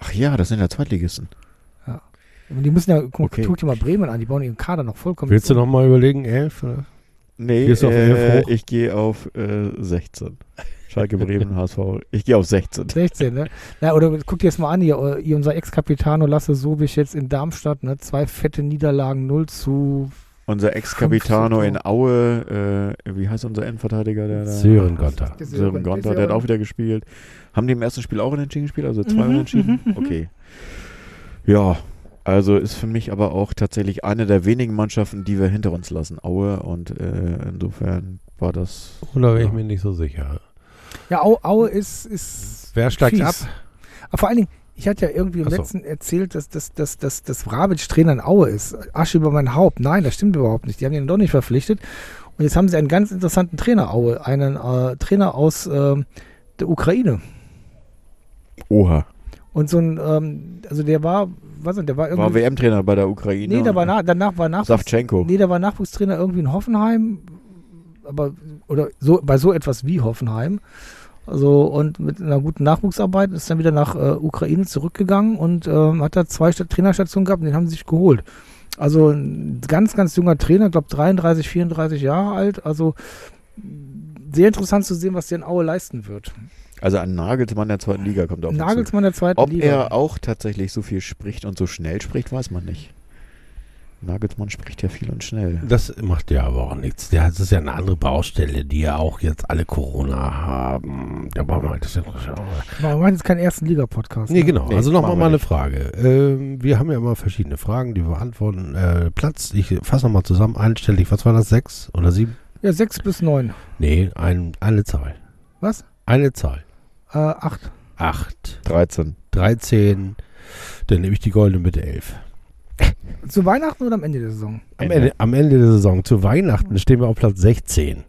Ach ja, das sind ja Zweitligisten. die müssen ja, guck, Okay. guck dir mal Bremen an, die bauen ihren Kader noch vollkommen. Willst du nochmal überlegen, 11? Oder? Nee, Gehst du auf elf hoch? ich gehe auf äh, 16. Schalke Bremen, HSV. Ich gehe auf 16. 16, ne? Na, oder guck dir jetzt mal an, hier, hier unser Ex-Kapitano Lasse Sobisch jetzt in Darmstadt, ne? Zwei fette Niederlagen, 0 zu Unser Ex-Capitano in Aue, äh, wie heißt unser Endverteidiger? Der, da? Sören Gonter. Sören Gonter, der hat auch wieder gespielt. Haben die im ersten Spiel auch unentschieden gespielt? Also zweimal Mhm, unentschieden? mhm, mhm. Okay. Ja, also ist für mich aber auch tatsächlich eine der wenigen Mannschaften, die wir hinter uns lassen. Aue und äh, insofern war das. Oder bin ich Ja. mir nicht so sicher. Ja, Au- Aue ist, ist Wer steigt Fies. ab? Aber vor allen Dingen, ich hatte ja irgendwie im Ach so. letzten erzählt, dass, dass, dass, dass, dass Vrabic Trainer in Aue ist. Asche über mein Haupt. Nein, das stimmt überhaupt nicht. Die haben ihn doch nicht verpflichtet. Und jetzt haben sie einen ganz interessanten Trainer Aue. Einen äh, Trainer aus ähm, der Ukraine. Oha. Und so ein, ähm, also der war, was ist der war irgendwie. War WM-Trainer bei der Ukraine. nee, der war und- nach, danach war Nachwuchs, Savchenko. Nee, der war Nachwuchstrainer irgendwie in Hoffenheim, aber oder so bei so etwas wie Hoffenheim. Also und mit einer guten Nachwuchsarbeit ist dann wieder nach äh, Ukraine zurückgegangen und ähm, hat da zwei Sta- Trainerstationen gehabt und den haben sie sich geholt. Also ein ganz, ganz junger Trainer, glaube 33, 34 Jahre alt. Also sehr interessant zu sehen, was der in Aue leisten wird. Also ein Nagelsmann der zweiten Liga kommt auf uns zu. Nagelsmann der zweiten Ob Liga. er auch tatsächlich so viel spricht und so schnell spricht, weiß man nicht. Nagelsmann spricht ja viel und schnell. Das macht ja aber auch nichts. Ja, das ist ja eine andere Baustelle, die ja auch jetzt alle Corona haben. Da brauchen wir halt das ja noch. Aber wir machen jetzt keinen ersten Liga-Podcast. Nee, ne? genau. Nee, also nochmal machen wir mal eine nicht. Frage. Ähm, wir haben ja immer verschiedene Fragen, die wir beantworten. Äh, Platz, ich fasse nochmal zusammen, einstellig. Was war das? Sechs oder sieben? Ja, sechs bis neun. Nee, ein, eine Zahl. Was? Eine Zahl. Äh, acht. Acht, 13. 13. Dann nehme ich die goldene Mitte elf. Zu Weihnachten oder am Ende der Saison? Am Ende. Ende, am Ende der Saison, zu Weihnachten, stehen wir auf Platz 16.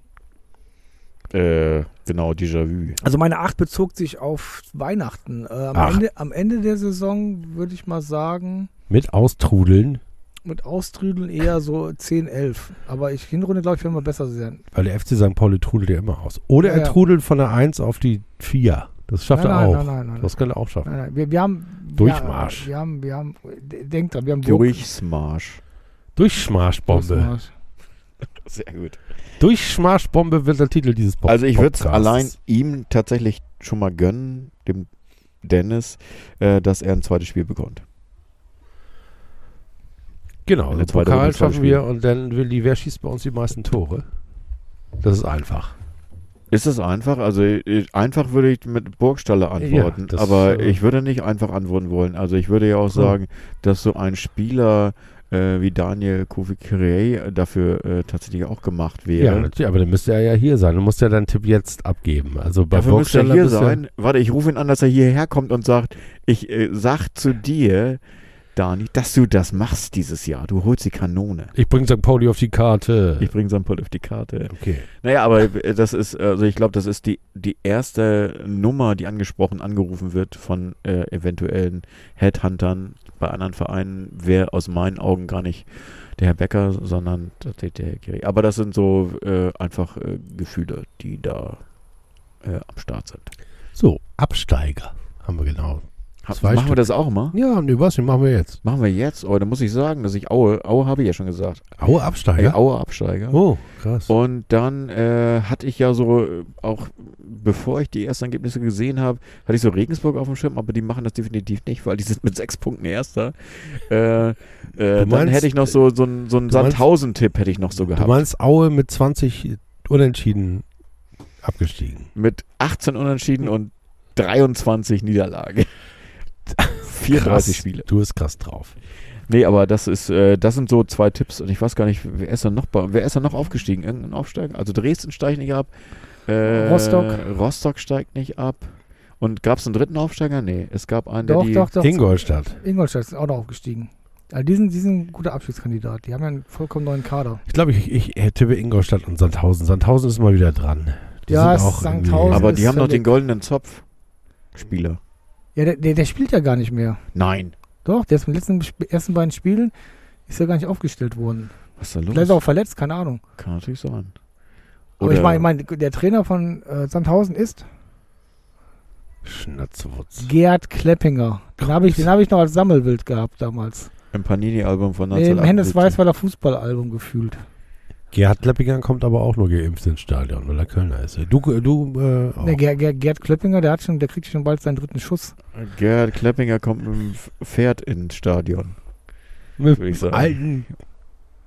Äh, genau, Déjà-vu. Also meine 8 bezog sich auf Weihnachten. Äh, am, Ach. Ende, am Ende der Saison würde ich mal sagen, Mit Austrudeln, mit Austrüdeln eher so 10, 11. Aber ich Hinrunde, glaube ich, werden wir besser sein. weil der FC St. Pauli trudelt ja immer aus. Oder Ja, er ja. trudelt von der 1 auf die 4. Das schafft nein, er nein, auch. nein, nein, nein, nein. Das kann er auch schaffen. Nein, nein. Wir, wir haben Durchmarsch. Ja, wir haben, wir haben, denkt dran, wir haben Durchsmarsch. Durchschmarschbombe. Durchmarsch. Sehr gut. Durchschmarschbombe wird der Titel dieses Pod- Also ich würde es Podcasts. allein ihm tatsächlich schon mal gönnen, dem Dennis, äh, dass er ein zweites Spiel bekommt. Genau, Eine also zweite Pokal Runde, zweites schaffen wir und dann will die, wer schießt bei uns die meisten Tore? Das ist einfach. Ist das einfach? Also äh, einfach würde ich mit Burgstaller antworten, Ja, das, aber äh, ich würde nicht einfach antworten wollen. Also ich würde ja auch Ja. sagen, dass so ein Spieler äh, wie Daniel Kofi Kirei dafür äh, tatsächlich auch gemacht Ja, wäre. natürlich, aber dann müsste er ja hier sein. Du musst ja deinen Tipp jetzt abgeben. Also bei Dafür müsste er Burgstaller hier bist du- sein. Warte, ich rufe ihn an, dass er hierher kommt und sagt, ich äh, sag zu dir, Dani, dass du das machst dieses Jahr. Du holst die Kanone. Ich bringe St. Pauli auf die Karte. Ich bringe St. Paul auf die Karte. okay. Naja, aber äh, das ist, also ich glaube, das ist die, die erste Nummer, die angesprochen, angerufen wird von äh, eventuellen Headhuntern bei anderen Vereinen, wäre aus meinen Augen gar nicht der Herr Becker, sondern tatsächlich der Herr Kiri. Aber das sind so äh, einfach äh, Gefühle, die da äh, am Start sind. So, Absteiger haben wir genau. Ha, Zwei machen wir Stück. das auch mal? Ja, nee, was den machen wir jetzt? Machen wir jetzt? Oh, da muss ich sagen, dass ich Aue, Aue habe ich ja schon gesagt. Aue Ey, Absteiger? Aue Absteiger. Oh, krass. Und dann äh, hatte ich ja so, äh, auch bevor ich die ersten Ergebnisse gesehen habe, hatte ich so Regensburg auf dem Schirm, aber die machen das definitiv nicht, weil die sind mit sechs Punkten Erster. Äh, äh, dann meinst- hätte ich noch so, so einen so einen du meinst- Sandhausen-Tipp hätte ich noch so du gehabt. meinst Aue mit 20 unentschieden abgestiegen. Mit 18 Unentschieden und 23 Niederlagen. 34 Krass. Spiele. Du bist krass drauf. Nee, aber das ist, äh, das sind so zwei Tipps und ich weiß gar nicht, wer ist denn noch bei, wer ist denn Mhm. noch aufgestiegen? Irgendein Aufsteiger? Also Dresden steigt nicht ab. Äh, Rostock. Rostock steigt nicht ab. Und gab es einen dritten Aufsteiger? Nee, es gab einen, der Doch, die, doch, doch. Ingolstadt. Ingolstadt ist auch noch aufgestiegen. Also die sind, die sind ein guter Abschiedskandidat. Die haben ja einen vollkommen neuen Kader. Ich glaube, ich, ich äh, tippe Ingolstadt und Sandhausen. Sandhausen ist mal wieder dran. Die Ja, sind auch Sandhausen irgendwie- Aber ist die haben noch den völlig- goldenen Zopf. Spieler. Ja, der, der, der spielt ja gar nicht mehr. Nein. Doch, der ist mit den letzten, Sp- ersten beiden Spielen ist ja gar nicht aufgestellt worden. Was ist da los? Vielleicht ist er auch verletzt, keine Ahnung. Kann natürlich sein. Aber ich meine, ich mein, der Trainer von äh, Sandhausen ist Schnatzewutz. Gerd Kleppinger. Den habe ich, den hab ich noch als Sammelbild gehabt damals. im Panini-Album von Nee, Im 1978. Hennes Weißweiler Fußballalbum gefühlt. Gerhard Leppinger kommt aber auch nur geimpft ins Stadion, weil er Kölner ist. Du, du äh, auch. Nee, Ger, Ger, Gerd Kleppinger, der, hat schon, der kriegt schon bald seinen dritten Schuss. Gerhard Kleppinger kommt mit dem F- Pferd ins Stadion. Mit würd ich sagen. alten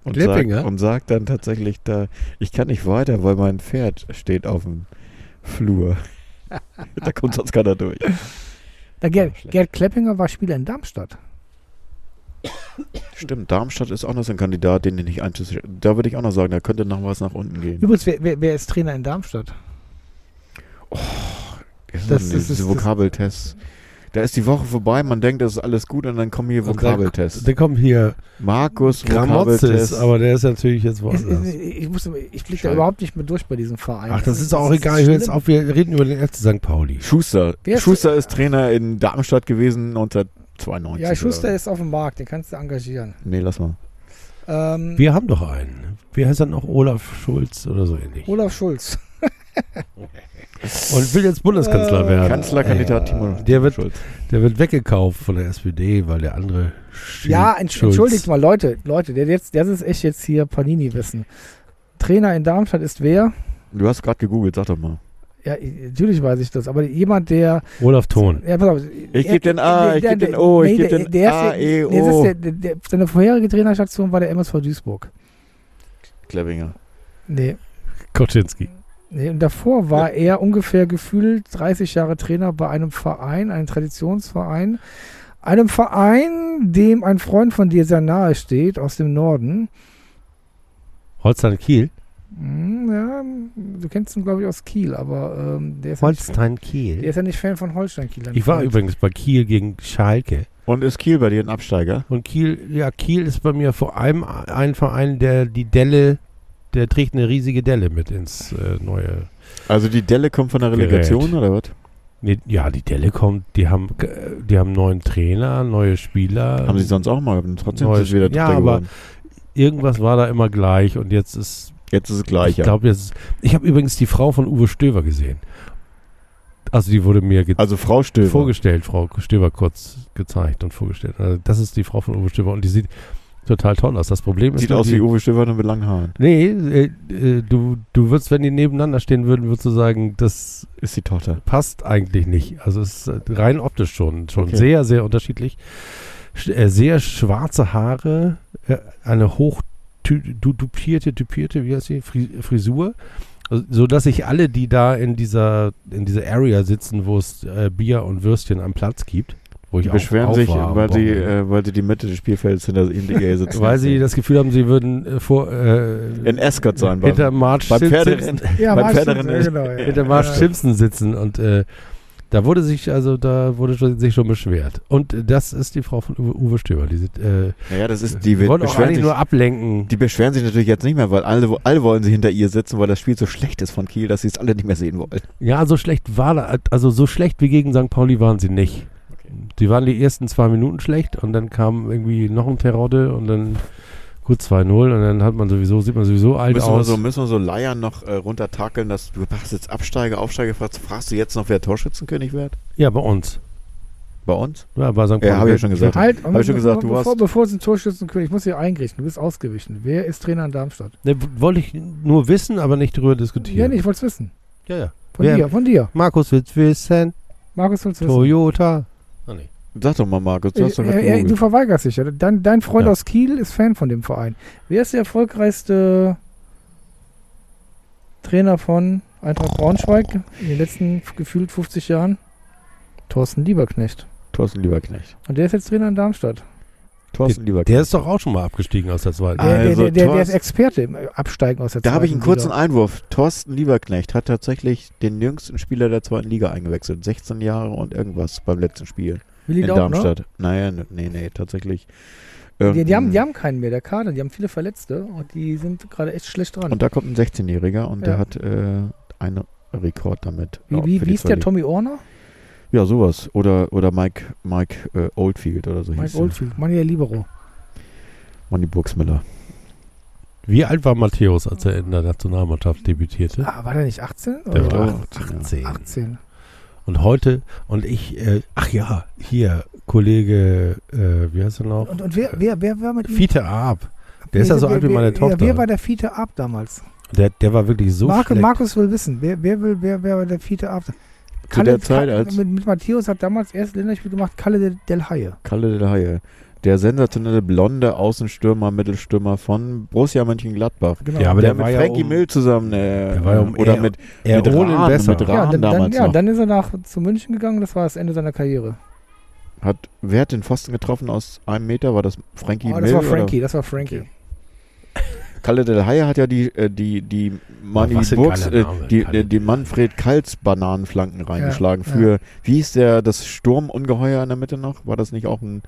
Und sagt, Kleppinger? und sagt dann tatsächlich da, ich kann nicht weiter, weil mein Pferd steht auf dem Flur. da kommt sonst keiner durch. Der Ah, Gerd, schlecht. Gerd Kleppinger war Spieler in Darmstadt. Stimmt, Darmstadt ist auch noch so ein Kandidat, den ich nicht einzuschätzen. Da würde ich auch noch sagen, da könnte noch was nach unten gehen. Übrigens, wer, wer, wer ist Trainer in Darmstadt? das- das- das- diese das- Vokabeltests. Da ist die Woche vorbei, man denkt, das ist alles gut und dann kommen hier Und dann- Vokabeltests. Da kommt hier Markus Gramotzes, Vokabeltest. aber der ist natürlich jetzt Ist, woanders. ist, ich musste, ich blicke da Scheiße. überhaupt nicht mehr durch bei diesem Verein. Ach, das ist auch egal. Hör jetzt schlimm. auf, wir reden über den FC St. Pauli. Schuster. Wer ist- Schuster ist Trainer in Darmstadt gewesen 1992. Ja, Schuster oder- ist auf dem Markt, den kannst du engagieren. Nee, lass mal. Ähm, Wir haben doch einen. Wie heißt er noch? Olaf Schulz oder so ähnlich. Olaf Schulz. Und will jetzt Bundeskanzler Äh, Ähm, werden. Kanzlerkandidat Timo Der wird- Schulz. Ey, der wird weggekauft von der SPD, weil der andere Schü- Ja, entsch Schulz- entschuldigt mal, Leute, Leute, der jetzt, das ist echt jetzt hier Panini-Wissen. Trainer in Darmstadt ist wer? Du hast gerade gegoogelt, sag doch mal. Ja, i- natürlich weiß ich das, aber jemand, der. Olaf Thon. Ja, pass auf, Ich geb den A, ich geb den O, ich geb den A, E, Nee, das O. ist der, der, der, seine vorherige Trainerstation war der MSV Duisburg. Klebinger. Nee, Koczynski. nee, und davor war er ungefähr gefühlt 30 Jahre Trainer bei einem Verein, einem Traditionsverein. Einem Verein, dem ein Freund von dir sehr nahe steht, aus dem Norden. Holstein Kiel. Hm, Ja, du kennst ihn, glaube ich, aus Kiel, aber ähm, der, ist ja nicht, Holstein der Kiel. ist ja nicht Fan von Holstein Kiel. Ich war übrigens bei Kiel gegen Schalke. Und ist Kiel bei dir ein Absteiger? Und Kiel, ja, Kiel ist bei mir vor allem ein Verein, der die Delle, der trägt eine riesige Delle mit ins äh, neue. Also die Delle kommt von der Gerät. Relegation oder was? Nee, ja, die Delle kommt, die haben, äh, die haben neuen Trainer, neue Spieler. Haben sie sonst auch mal, und trotzdem Neues sind sie wieder Spiel. Ja, Dritter aber- geworden. Irgendwas war da immer gleich und jetzt ist, Jetzt ist es ich gleicher. glaube jetzt, ist- ich habe übrigens die Frau von Uwe Stöver gesehen. Also die wurde mir ge also Frau Stöber. vorgestellt, Frau Stöver kurz gezeigt und vorgestellt. Also das ist die Frau von Uwe Stöver und die sieht total toll aus. Das Problem ist, Sieht nur, aus die, wie Uwe Stöber nur mit langen Haaren. Nee, äh, äh, du, du würdest, wenn die nebeneinander stehen würden, würdest du sagen, das Ist die Tochter. passt eigentlich nicht. Also es ist äh, rein optisch schon, schon Okay. sehr, sehr unterschiedlich. Sch äh, sehr schwarze Haare, äh, eine hoch tü- du dupierte, dupierte, wie heißt die, Fri Frisur. Also, so dass sich alle, die da in dieser, in dieser Area sitzen, wo es äh, Bier und Würstchen am Platz gibt, wo ich Die auch, beschweren auch sich, war am weil sie, Wochenende, äh, weil sie die Mitte des Spielfelds hinter, hinter ihr sitzen. weil sie das Gefühl haben, sie würden äh, vor äh, in Eskert sein beim, hinter March beim Simpson- Pferderennen. ja, bei war ich Pferderennen schon, ist- genau, ja. hinter Marsh Ja. Simpson sitzen und äh, da wurde sich also da wurde schon, sich schon beschwert und äh, das ist die Frau von Uwe, Uwe Stöber die sind, äh, Naja, das ist, die wir wird wollen auch beschweren eigentlich sich, nur ablenken Die beschweren sich natürlich jetzt nicht mehr, weil alle, alle wollen sie hinter ihr sitzen, weil das Spiel so schlecht ist von Kiel, dass sie es alle nicht mehr sehen wollen. ja so schlecht war da, also so schlecht wie gegen St. Pauli waren sie nicht die waren die ersten zwei Minuten schlecht und dann kam irgendwie noch ein Terodde und dann gut 2-0 und dann hat man sowieso sieht man sowieso alt Müssen wir, Halt aus so, müssen wir so Leiern noch äh, runtertakeln, dass du machst jetzt Absteiger, Aufsteiger, fragst, fragst du jetzt noch, wer Torschützenkönig wird? ja bei uns Bei uns? ja, bei St. Pauli Ja, habe ich ja schon gesagt. Halt, Hab ich schon gesagt, du bevor, warst- bevor es ein Torschützenkönig, ich muss hier eingerichten, du bist ausgewichen. Wer ist Trainer in Darmstadt? ne, w- wollte ich nur wissen aber nicht drüber diskutieren Ja, nee, ich wollte es wissen. ja, ja. Von Wer- dir, von dir. Markus will's wissen Markus will es wissen. Toyota Ah, nee. Sag doch mal, Markus, du hast doch Äh, gerade äh, äh, du gegoogelt. verweigerst dich ja. Dein, dein Freund Ja. aus Kiel ist Fan von dem Verein. Wer ist der erfolgreichste Trainer von Eintracht Braunschweig in den letzten gefühlt 50 Jahren? Thorsten Lieberknecht. Thorsten Lieberknecht. Und der ist jetzt Trainer in Darmstadt. Thorsten Lieberknecht. Der ist doch auch schon mal abgestiegen aus der zweiten. Der, Also, der, der, der, der ist Thorsten- Experte im äh, Absteigen aus der Da habe ich zweiten einen kurzen Liga. Einwurf. Thorsten Lieberknecht hat tatsächlich den jüngsten Spieler der zweiten Liga eingewechselt. 16 Jahre und irgendwas beim letzten Spiel Willi in Daub, Darmstadt. Naja, n- nee, nee, tatsächlich. ähm, Ne? Die, die, haben, die Irgendein- haben keinen mehr, der Kader. Die haben viele Verletzte und die sind gerade echt schlecht dran. Und da kommt ein 16-Jähriger und der Ja. hat äh, einen Rekord damit. wie Ja, wie, für die wie hieß zweite der Liga. Tommy Orner? Ja, sowas. Oder, oder Mike, Mike äh, Oldfield oder so hieß Mike der. Oldfield, Manuel Libero. Manni Burgsmiller. Wie alt war Matthäus, als er in der Nationalmannschaft debütierte? Ah, Oh. war der nicht 18? Der Oder? war war 18, 18. 18. Und heute, und ich, äh, ach ja, hier, Kollege, äh, wie heißt er noch? Und, und wer, wer, wer war mit ihm? Fiete Arp. Der ist ja so wer- alt wie wer- meine Tochter. Ja, wer war der Fiete Ab damals? Der, der war wirklich so Marke, schlecht. Markus will wissen, wer, wer, will, wer, wer war der Fiete Ab? Zu der Zeit, als Mit, mit Matthäus hat damals erst Länderspiel gemacht, Kalle del, del Haie. Kalle der Haie, der sensationelle blonde Außenstürmer, Mittelstürmer von Borussia Mönchengladbach. Genau. Ja, aber der, der mit war ja Frankie um- Mill zusammen äh, der war ja um oder eher- mit, er mit ohne Rahn, besser. mit Rahn ja, dann, dann, damals ja noch. dann ist er nach zu München gegangen, das war das Ende seiner Karriere. hat wer hat den Pfosten getroffen aus einem Meter? War das Frankie Oh, Mill? das war oder- Frankie, das war Frankie. Kalle der Haie hat ja die äh, die die Manni was ein Burgs, geiler äh, Name, die, Kalle die, die Manfred Kals Bananenflanken reingeschlagen ja. für wie hieß der das Sturmungeheuer in der Mitte noch? War das nicht auch ein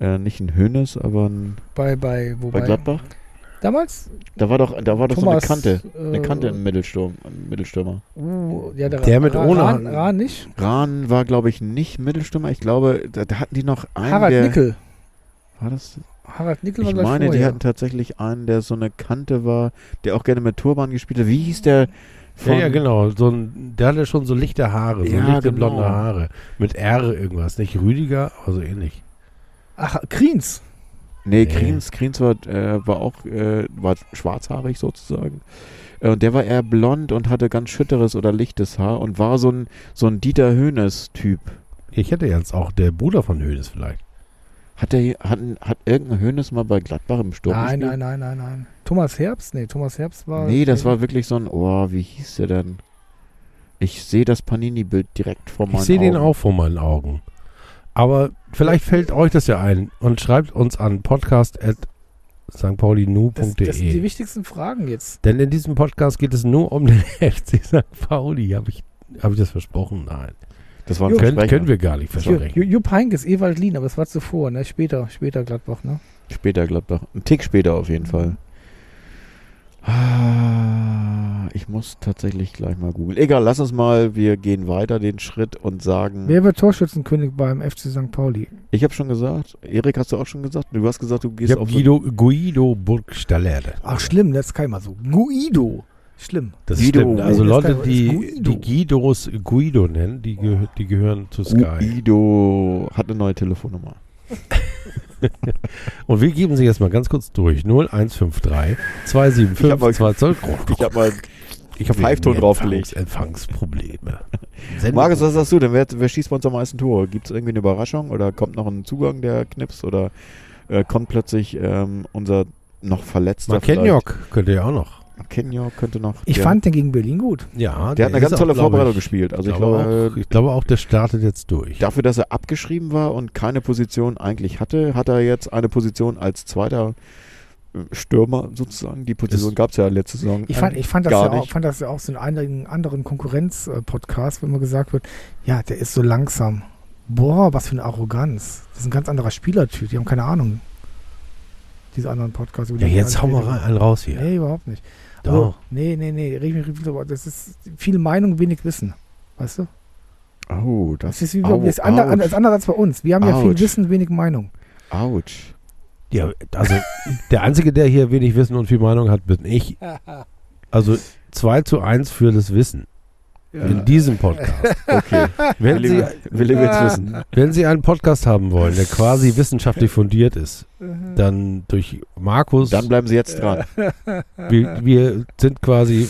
äh, nicht ein Hönes, aber ein, Bei, bei, bei wobei. Gladbach? damals? Da war doch da war doch Thomas, so eine Kante, eine äh, Kante im Mittelsturm, im Mittelstürmer. Uh, ja, der, Der mit Ra- ohne Rahn, Hand. Rahn nicht. Rahn war, glaube ich, nicht Mittelstürmer. Ich glaube, da, da hatten die noch einen, Harald der... Nickel. War das, Harald Nickel war ich gleich meine, die vorher. hatten tatsächlich einen, der so eine Kante war, der auch gerne mit Turban gespielt hat. Wie hieß der? Ja, ja, genau. So ein, der hatte schon so lichte Haare, so Ja, lichte genau. blonde Haare. Mit R irgendwas. Nicht Rüdiger, aber so ähnlich. Ach, Kriens. Nee, Nee. Kriens, Kriens war, äh, war auch äh, war schwarzhaarig sozusagen. Äh, Und der war eher blond und hatte ganz schütteres oder lichtes Haar und war so ein, so ein Dieter Hönes-Typ. Ich hätte jetzt auch der Bruder von Hönes vielleicht. Hat, der, hat, hat irgendein Hönes mal bei Gladbach im Sturm Nein, gespielt? nein, nein, nein, nein. Thomas Herbst? Nee, Thomas Herbst war. Nee, das war wirklich so ein, oh, wie hieß der denn? Ich sehe das Panini-Bild direkt vor meinen Ich sehe Augen. den auch vor meinen Augen. Aber vielleicht fällt euch das ja ein und schreibt uns an podcast Das, at E. das sind die stpaulinu.de. wichtigsten Fragen jetzt. Denn in diesem Podcast geht es nur um den FC St. Pauli. Habe ich, hab ich das versprochen? Nein. Das war ein Können, Versprecher. können wir gar nicht Ju- Ju- versprechen. Jupp Heynckes, Ewald Lien, aber es war zuvor, ne? Später, später Gladbach, ne? Später Gladbach. Ein Tick später auf jeden Fall. Ah, Ich muss tatsächlich gleich mal googeln. Egal, lass uns mal, wir gehen weiter den Schritt und sagen. Wer wird Torschützenkönig beim FC St. Pauli? Ich habe schon gesagt, Erik hast du auch schon gesagt, du hast gesagt, du Ich gehst habe auf Guido, Guido Burgstallerde. Ach, schlimm, das kann ich mal so. Guido. Schlimm. Das Guido. stimmt. Also Das Leute, ist die, Guido. die Guidos Guido nennen, die, Ah. gehö die gehören zu so Sky. Guido hat eine neue Telefonnummer. Und wir geben sie jetzt mal ganz kurz durch. 0153 275 Ich hab mal- 212. Ich habe mal Ich hab Pfeifton irgendwie draufgelegt. Empfangs Empfangsprobleme. Markus, was sagst du denn? Wer, wer schießt bei uns am meisten Tore? Gibt es irgendwie eine Überraschung oder kommt noch ein Zugang der Knips oder äh, kommt plötzlich ähm, unser noch verletzter Markenjok könnte ja auch noch. Kenjok könnte noch. Ich der, fand den gegen Berlin gut. Ja, der hat eine ist ganz auch, tolle glaub Vorbereitung ich, gespielt. Also ich glaube glaube, äh, auch, ich glaube auch, der startet jetzt durch. dafür, dass er abgeschrieben war und keine Position eigentlich hatte, hat er jetzt eine Position als zweiter äh, Stürmer sozusagen. Die Position Ist- gab es ja letzte Saison. Ich fand, ich fand, das, Gar ja auch, nicht. fand das ja auch so in einigen anderen Konkurrenz-Podcasts, wenn man gesagt wird, ja, der ist so langsam. Boah, was für eine Arroganz. Das ist ein ganz anderer Spielertyp. Die haben keine Ahnung. Diese anderen Podcasts. über Ja, die wir jetzt hau gerade mal genau. reden. rein, einen raus hier. Nee, überhaupt nicht. Also, Doch. nee, nee, nee. Reg mich, reg mich, aber das ist viel Meinung, wenig Wissen. Weißt du? oh, Das das ist, wie, Au, das ist ander, ouch. das ist anders als bei uns. Wir haben ja viel Ouch. Wissen, wenig Meinung. ouch. Ja, also der Einzige, der hier wenig Wissen und viel Meinung hat, bin ich. Also 2 zu 1 für das Wissen in diesem Podcast. Okay, Wenn Willi Sie, Ah. Willi will's wissen. wenn Sie einen Podcast haben wollen, der quasi wissenschaftlich fundiert ist, dann durch Markus Dann bleiben Sie jetzt dran. Wir, wir sind quasi,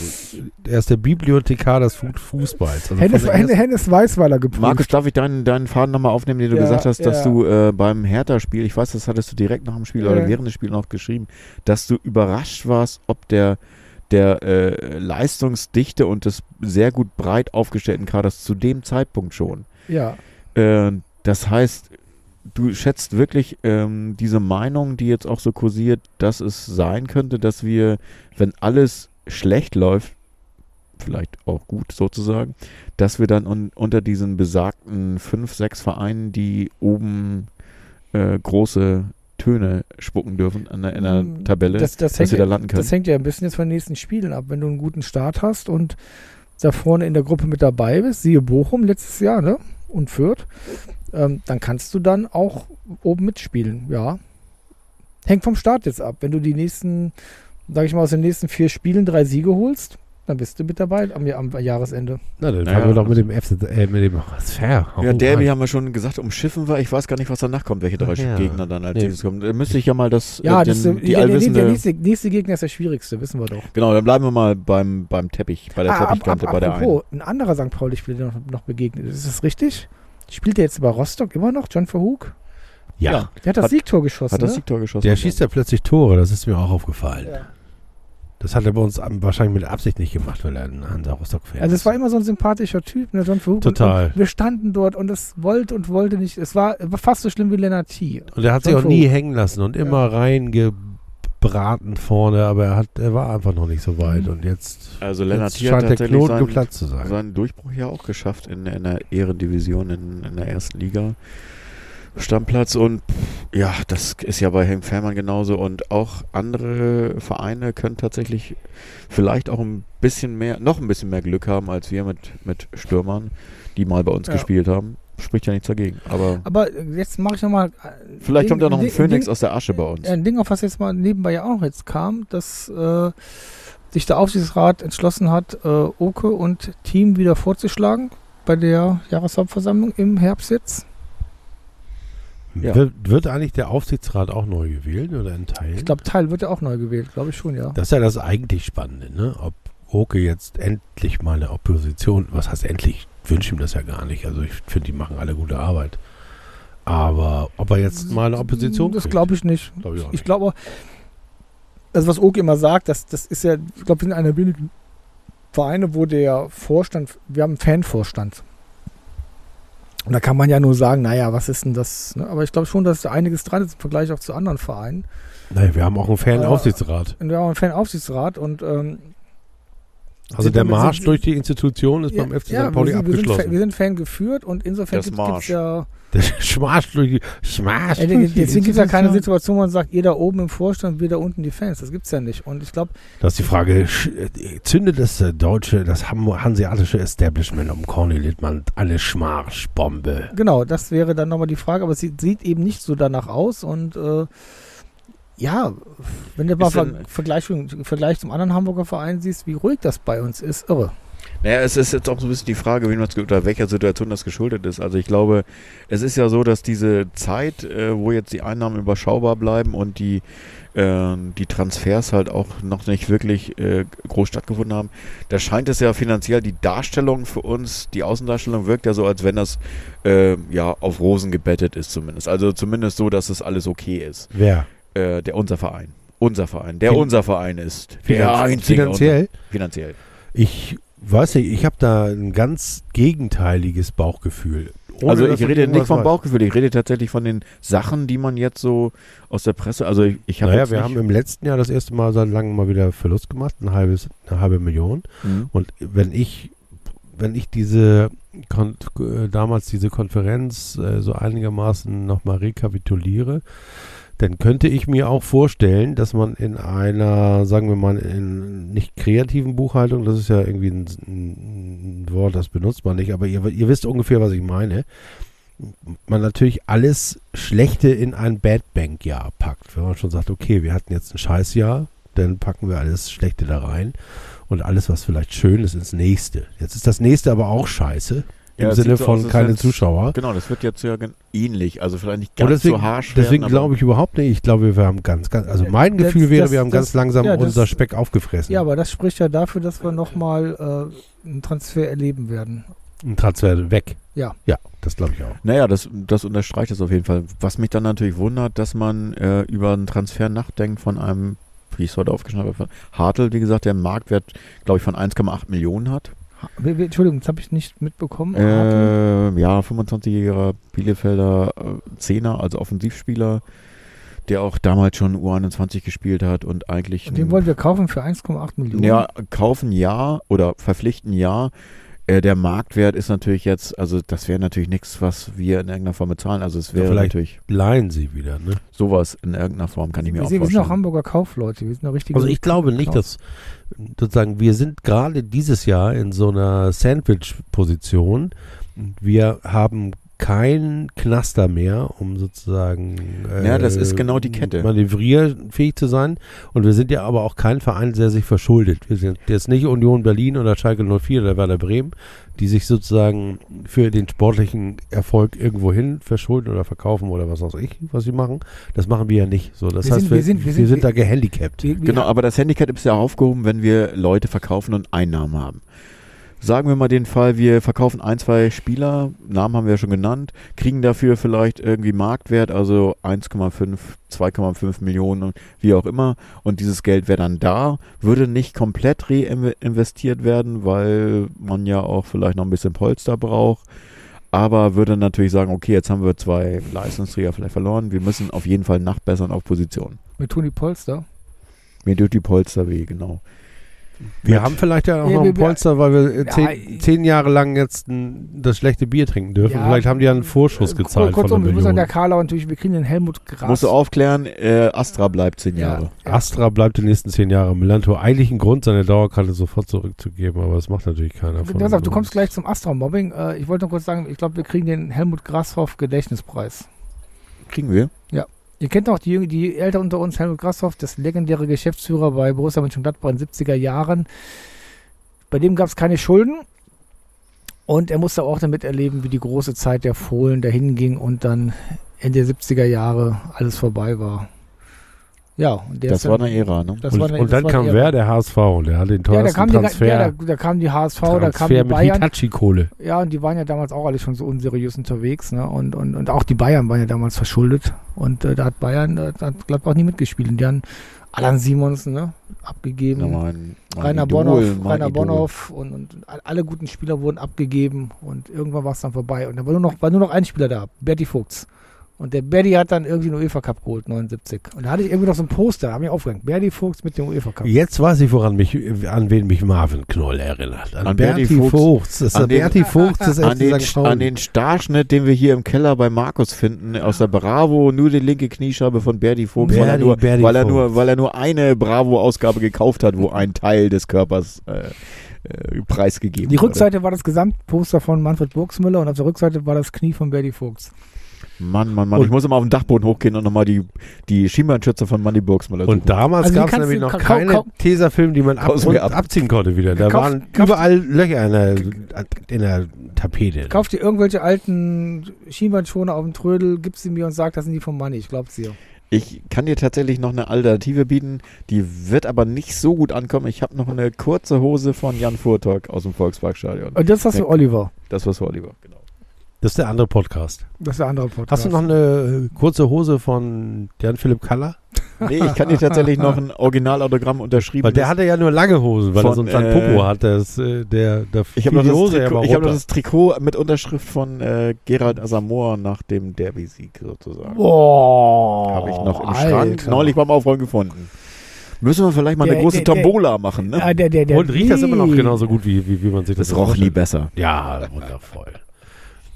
er ist der Bibliothekar des Fu- Fußballs. Also Hennes, von der Hennes, ersten- Hennes Weißweiler geprüft. Markus, darf ich deinen, deinen Faden nochmal aufnehmen, den du Ja, gesagt hast, dass ja. du äh, beim Hertha-Spiel, ich weiß, das hattest du direkt nach dem Spiel Ja. oder während des Spiels noch geschrieben, dass du überrascht warst, ob der, der äh, Leistungsdichte und des sehr gut breit aufgestellten Kaders zu dem Zeitpunkt schon. Ja, Äh, das heißt, du schätzt wirklich ähm, diese Meinung, die jetzt auch so kursiert, dass es sein könnte, dass wir, wenn alles schlecht läuft, vielleicht auch gut sozusagen, dass wir dann un unter diesen besagten fünf, sechs Vereinen, die oben äh, große Töne spucken dürfen an der, in der Mm, Tabelle, das, das, dass hängt, wir da landen können. das hängt ja ein bisschen jetzt von den nächsten Spielen ab. Wenn du einen guten Start hast und da vorne in der Gruppe mit dabei bist, siehe Bochum letztes Jahr, ne? Und Fürth, ähm, dann kannst du dann auch oben mitspielen, ja. Hängt vom Start jetzt ab. Wenn du die nächsten, sag ich mal, aus den nächsten vier Spielen drei Siege holst, dann bist du mit dabei am, am Jahresende. Na, dann Naja, fangen wir doch mit also- dem FC, äh, mit dem Oh, HSV. Ja, Derby haben wir schon gesagt, umschiffen wir. Ich weiß gar nicht, was danach kommt, welche drei Ach ja. Gegner dann als Nee. nächstes kommen. Da müsste ich ja mal das, Ja, äh, den, das ist, die der, der, der, allwissende... der nächste, nächste Gegner ist der schwierigste, wissen wir doch. Genau, dann bleiben wir mal beim, beim Teppich, bei der Ah, Teppichkante, bei der einen. apropos, ein anderer St. Pauli-Spieler, der noch, noch begegnet ist. Ist das richtig? Spielt der jetzt bei Rostock immer noch, John Verhoek? Ja. Ja. Der hat das Hat- Siegtor geschossen, Hat das ne? Siegtor geschossen? Der schießt ja plötzlich Tore, das ist mir auch aufgefallen. Ja. Das hat er bei uns am- wahrscheinlich mit Absicht nicht gemacht, weil er ein Hansa Rostock-Fan Also es ist. war immer so ein sympathischer Typ, ne, John Verhoek. Total. Und, und wir standen dort und es wollte und wollte nicht. Es war, war fast so schlimm wie Lennart T. und er hat sich auch Sonst nie wo. hängen lassen und immer reingebraten vorne, aber er, hat, er war einfach noch nicht so weit. Und jetzt, Also Lennart jetzt Thiel hat scheint der tatsächlich Knoten seinen, geplatzt zu sein. seinen Durchbruch ja auch geschafft in, in der Ehrendivision, in, in der ersten Liga. Stammplatz und pff, ja, das ist ja bei Henk Fährmann genauso und auch andere Vereine können tatsächlich vielleicht auch ein bisschen mehr, noch ein bisschen mehr Glück haben als wir mit, mit Stürmern, die mal bei uns Ja. gespielt haben. Spricht ja nichts dagegen, aber Aber äh, jetzt mache ich nochmal... vielleicht kommt ja noch ein Phoenix Ding, aus der Asche bei uns. Ja, Ein Ding, auf was jetzt mal nebenbei ja auch noch jetzt kam, dass äh, sich der Aufsichtsrat entschlossen hat, äh, Oke und Team wieder vorzuschlagen bei der Jahreshauptversammlung im Herbst jetzt. Ja. Wird, wird eigentlich der Aufsichtsrat auch neu gewählt oder in Teilen? Mhm. Ich glaube, Teil wird ja auch neu gewählt, glaube ich schon, ja. Das ist ja das eigentlich Spannende, ne? Ob Oke jetzt endlich mal eine Opposition, was heißt endlich? Ich wünsche ihm das ja gar nicht. Also ich finde, die machen alle gute Arbeit. Aber ob er jetzt mal eine Opposition Das kriegt, glaube ich nicht. glaub ich auch Ich nicht. glaube, also was Oki immer sagt, das, das ist ja, ich glaube, wir sind einer der wenigen Vereine, wo der Vorstand, wir haben einen Fanvorstand. Und da kann man ja nur sagen, naja, was ist denn das? ne? Aber ich glaube schon, dass da einiges dran ist im Vergleich auch zu anderen Vereinen. Nein, wir haben auch einen Fernaufsichtsrat. Und wir haben auch einen Fanaufsichtsrat und ähm, Also sind der damit- Marsch sind- durch die Institution ist beim FC St. Pauli wir sind, Wir sind, Fan- wir abgeschlossen. sind Fan geführt und insofern Das gibt Marsch. es ja Der Schmarsch durch die... Schmarsch Ey, durch die deswegen gibt es ja keine Institution. Situation, wo man sagt, ihr da oben im Vorstand, wir da unten die Fans. Das gibt es ja nicht. Und ich glaube, Das ist die Frage, sch- äh, zündet das äh, deutsche, das ham- hanseatische Establishment um Corny Littmann eine Schmarschbombe? genau, das wäre dann nochmal die Frage. Aber es sieht, sieht eben nicht so danach aus. Und äh, ja, wenn du mal Ist denn- Ver Vergleich, Vergleich zum anderen Hamburger Verein siehst, wie ruhig das bei uns ist, irre. Naja, es ist jetzt auch so ein bisschen die Frage, wen man's ge- oder welcher Situation das geschuldet ist. Also ich glaube, es ist ja so, dass diese Zeit, äh, wo jetzt die Einnahmen überschaubar bleiben und die, äh, die Transfers halt auch noch nicht wirklich äh, groß stattgefunden haben, da scheint es ja finanziell die Darstellung für uns, die Außendarstellung wirkt ja so, als wenn das äh, ja auf Rosen gebettet ist zumindest. Also zumindest so, dass es alles okay ist. Wer? Äh, der unser Verein. Unser Verein, der Fin- unser Verein ist. Der einzige. finanziell? Unser, finanziell. Ich weiß nicht, ich habe da ein ganz gegenteiliges Bauchgefühl. Ohne, also dass ich rede nicht irgendwas vom weiß. Bauchgefühl, ich rede tatsächlich von den Sachen, die man jetzt so aus der Presse, also ich, ich habe Naja, jetzt wir haben nicht, im letzten Jahr das erste Mal seit langem mal wieder Verlust gemacht, ein halbes, eine halbe Million. Mhm. Und wenn ich, wenn ich diese Kon äh, damals diese Konferenz äh, so einigermaßen nochmal rekapituliere, dann könnte ich mir auch vorstellen, dass man in einer, sagen wir mal, in nicht kreativen Buchhaltung, das ist ja irgendwie ein, ein Wort, das benutzt man nicht, aber ihr, ihr wisst ungefähr, was ich meine, man natürlich alles Schlechte in ein Bad Bank-Jahr packt. Wenn man schon sagt, okay, wir hatten jetzt ein Scheißjahr, dann packen wir alles Schlechte da rein und alles, was vielleicht schön ist, ins nächste. Jetzt ist das nächste aber auch scheiße. Im Ja, es Sinne sieht so von aus, als keine wenn's- Zuschauer. Genau, das wird jetzt ja gen- ähnlich, also vielleicht nicht Und ganz deswegen, so harsch deswegen werden, glaube ich überhaupt nicht. Ich glaube, wir haben ganz, ganz, also Äh, mein das- Gefühl wäre, das- wir haben ganz das- langsam ja, das- unser Speck aufgefressen. Ja, aber das spricht ja dafür, dass wir nochmal äh, einen Transfer erleben werden. Ein Transfer weg. Ja. Ja, das glaube ich auch. Naja, das, das unterstreicht es auf jeden Fall. Was mich dann natürlich wundert, dass man äh, über einen Transfer nachdenkt von einem wie ich es heute aufgeschnappt habe. Hartl, wie gesagt, der einen Marktwert, glaube ich, von 1,8 Millionen hat. Wie- wie- Entschuldigung, das habe ich nicht Äh, mitbekommen. Ah, Hartl. Ähm, ja, 25-jähriger Bielefelder äh, Zehner, also Offensivspieler, der auch damals schon U21 gespielt hat und eigentlich. Und den ein- wollen wir kaufen für 1,8 Millionen. ja, kaufen ja oder verpflichten ja. Äh, der Marktwert ist natürlich jetzt, also das wäre natürlich nichts, was wir in irgendeiner Form bezahlen. Also es Ja, wäre vielleicht. natürlich Leihen sie wieder, ne? sowas in irgendeiner Form, kann ich mir wir, auch sind, wir sind auch vorstellen. Hamburger Kaufleute. Wir sind auch richtige. genau. Also ich glaube nicht, dass sozusagen wir sind gerade dieses Jahr in so einer Sandwich-Position. Wir haben keinen Knaster mehr, um sozusagen äh, Ja, das ist genau die Kette. manövrierfähig zu sein. Und wir sind ja aber auch kein Verein, der sich verschuldet. Wir sind jetzt nicht Union Berlin oder Schalke 04 oder Werder Bremen, die sich sozusagen für den sportlichen Erfolg irgendwohin verschulden oder verkaufen oder was weiß ich, was sie machen. Das machen wir ja nicht. So, das Wir heißt, sind- wir, wir sind- wir sind- da gehandicapt. Wir, wir, Genau, aber das Handicap ist ja aufgehoben, wenn wir Leute verkaufen und Einnahmen haben. Sagen wir mal den Fall, wir verkaufen ein, zwei Spieler, Namen haben wir ja schon genannt, kriegen dafür vielleicht irgendwie Marktwert, also 1,5, 2,5 Millionen und wie auch immer. Und dieses Geld wäre dann da, würde nicht komplett reinvestiert werden, weil man ja auch vielleicht noch ein bisschen Polster braucht. Aber würde natürlich sagen, okay, jetzt haben wir zwei Leistungsträger vielleicht verloren, wir müssen auf jeden Fall nachbessern auf Position. Mit Toni Polster. Mir tut die Polster weh, genau. Wir Mit- haben vielleicht ja auch Nee, noch wir- ein Polster, weil wir äh, Ja, zehn, ich- zehn Jahre lang jetzt n, das schlechte Bier trinken dürfen. Ja. vielleicht haben die ja einen Vorschuss Äh, gezahlt Kurzum, von wir einer müssen an Million. der Karla natürlich, wir kriegen den Helmut Gras. Musst du aufklären, äh, Astra bleibt zehn Jahre. Ja. Astra bleibt die nächsten zehn Jahre. Melanto eigentlich ein Grund, seine Dauerkarte sofort zurückzugeben, aber das macht natürlich keiner von Pass auf, du uns. kommst gleich zum Astra-Mobbing. Äh, Ich wollte nur kurz sagen, ich glaube, wir kriegen den Helmut Grashoff Gedächtnispreis. Kriegen wir. Ihr kennt auch die, Jüng- die Eltern unter uns, Helmut Grashoff, das legendäre Geschäftsführer bei Borussia Mönchengladbach in den 70er Jahren. Bei dem gab es keine Schulden und er musste auch damit erleben, wie die große Zeit der Fohlen dahin ging und dann Ende der 70er Jahre alles vorbei war. Ja, und der ist Das dann- war eine Ära, ne? das Und, war eine- und das dann war kam eine- wer? Der HSV. Und der hat Ja, den da teuersten kam, die, Transfer. ja, da, da kam die HSV, da kam Transfer die mit Bayern. Hitachi-Kohle. Ja, und die waren ja damals auch alle schon so unseriös unterwegs. Ne? Und, und, und auch die Bayern waren ja damals verschuldet. Und äh, da hat Bayern, äh, da hat Gladbach nie mitgespielt. Und die haben Alan Simons ne? abgegeben. Ja, mein, mein Rainer Idol, Bonhoff, mein Rainer Idol. Bonhoff und, und all- alle guten Spieler wurden abgegeben und irgendwann war es dann vorbei. Und da war nur noch, war nur noch ein Spieler da, Berti Vogts. Und der Berti hat dann irgendwie den UEFA Cup geholt, 79. Und da hatte ich irgendwie noch so ein Poster, da haben wir aufgehängt. Berti Vogts mit dem UEFA Cup. Jetzt weiß ich, woran mich, an wen mich Marvin Knoll erinnert. An, An Berti Berti Vogts. Vogts. Vogts. Das ist der An den- Berti Vogts des An den, FC St. Pauli. an den Starschnitt, den wir hier im Keller bei Markus finden, aus der Bravo, nur die linke Kniescheibe von Berdi Vogt, weil, er Berdi- nur, Berdi weil, er Vogt. nur, weil er nur eine Bravo-Ausgabe gekauft hat, wo ein Teil des Körpers äh, äh, preisgegeben Die wurde. Rückseite war das Gesamtposter von Manfred Burgsmüller und auf der Rückseite war das Knie von Berti Vogts. Mann, Mann, Mann, Und- ich muss immer auf den Dachboden hochgehen und nochmal die, die Schienbeinschützer von Mandy Burgsmüller Und damals Also die gab es kannst nämlich du noch kau- keine kau- Tesafilm, die man ab Kaufst und mir ab. abziehen konnte wieder. Da Kauf- waren kauf- überall Löcher in der, in der Tapete. Kauft ihr irgendwelche alten Schienbeinschoner auf dem Trödel, gib sie mir und sagt, das sind die von Money. Ich glaub's dir. Ich kann dir tatsächlich noch eine Alternative bieten, die wird aber nicht so gut ankommen. Ich habe noch eine kurze Hose von Jan Furtok aus dem Volksparkstadion. Und das hast du Oliver. Das war's Oliver. Genau. Das ist der andere Podcast. Das ist der andere Podcast. Hast du noch eine äh, kurze Hose von Jan-Philipp Kaller? Nee, ich kann dir tatsächlich noch ein Originalautogramm unterschrieben. Weil der hatte ja nur lange Hosen, weil er Von, sonst einen äh, Popo hat. Das, äh, der, der ich habe noch, die das Hose ja mal Trikot- ich hab noch runter. das Trikot mit Unterschrift von äh, Gerald Asamoah nach dem Derby-Sieg sozusagen. Boah. Habe Oh, ich noch im Alter. Schrank neulich beim Aufräumen gefunden. Müssen wir vielleicht mal Der- eine große der- der- Tombola machen, ne? Ah, der, der, der Und riecht das immer noch Nee. genauso gut, wie, wie, wie man sich das das roch nie vorstellt? besser. Ja, wundervoll.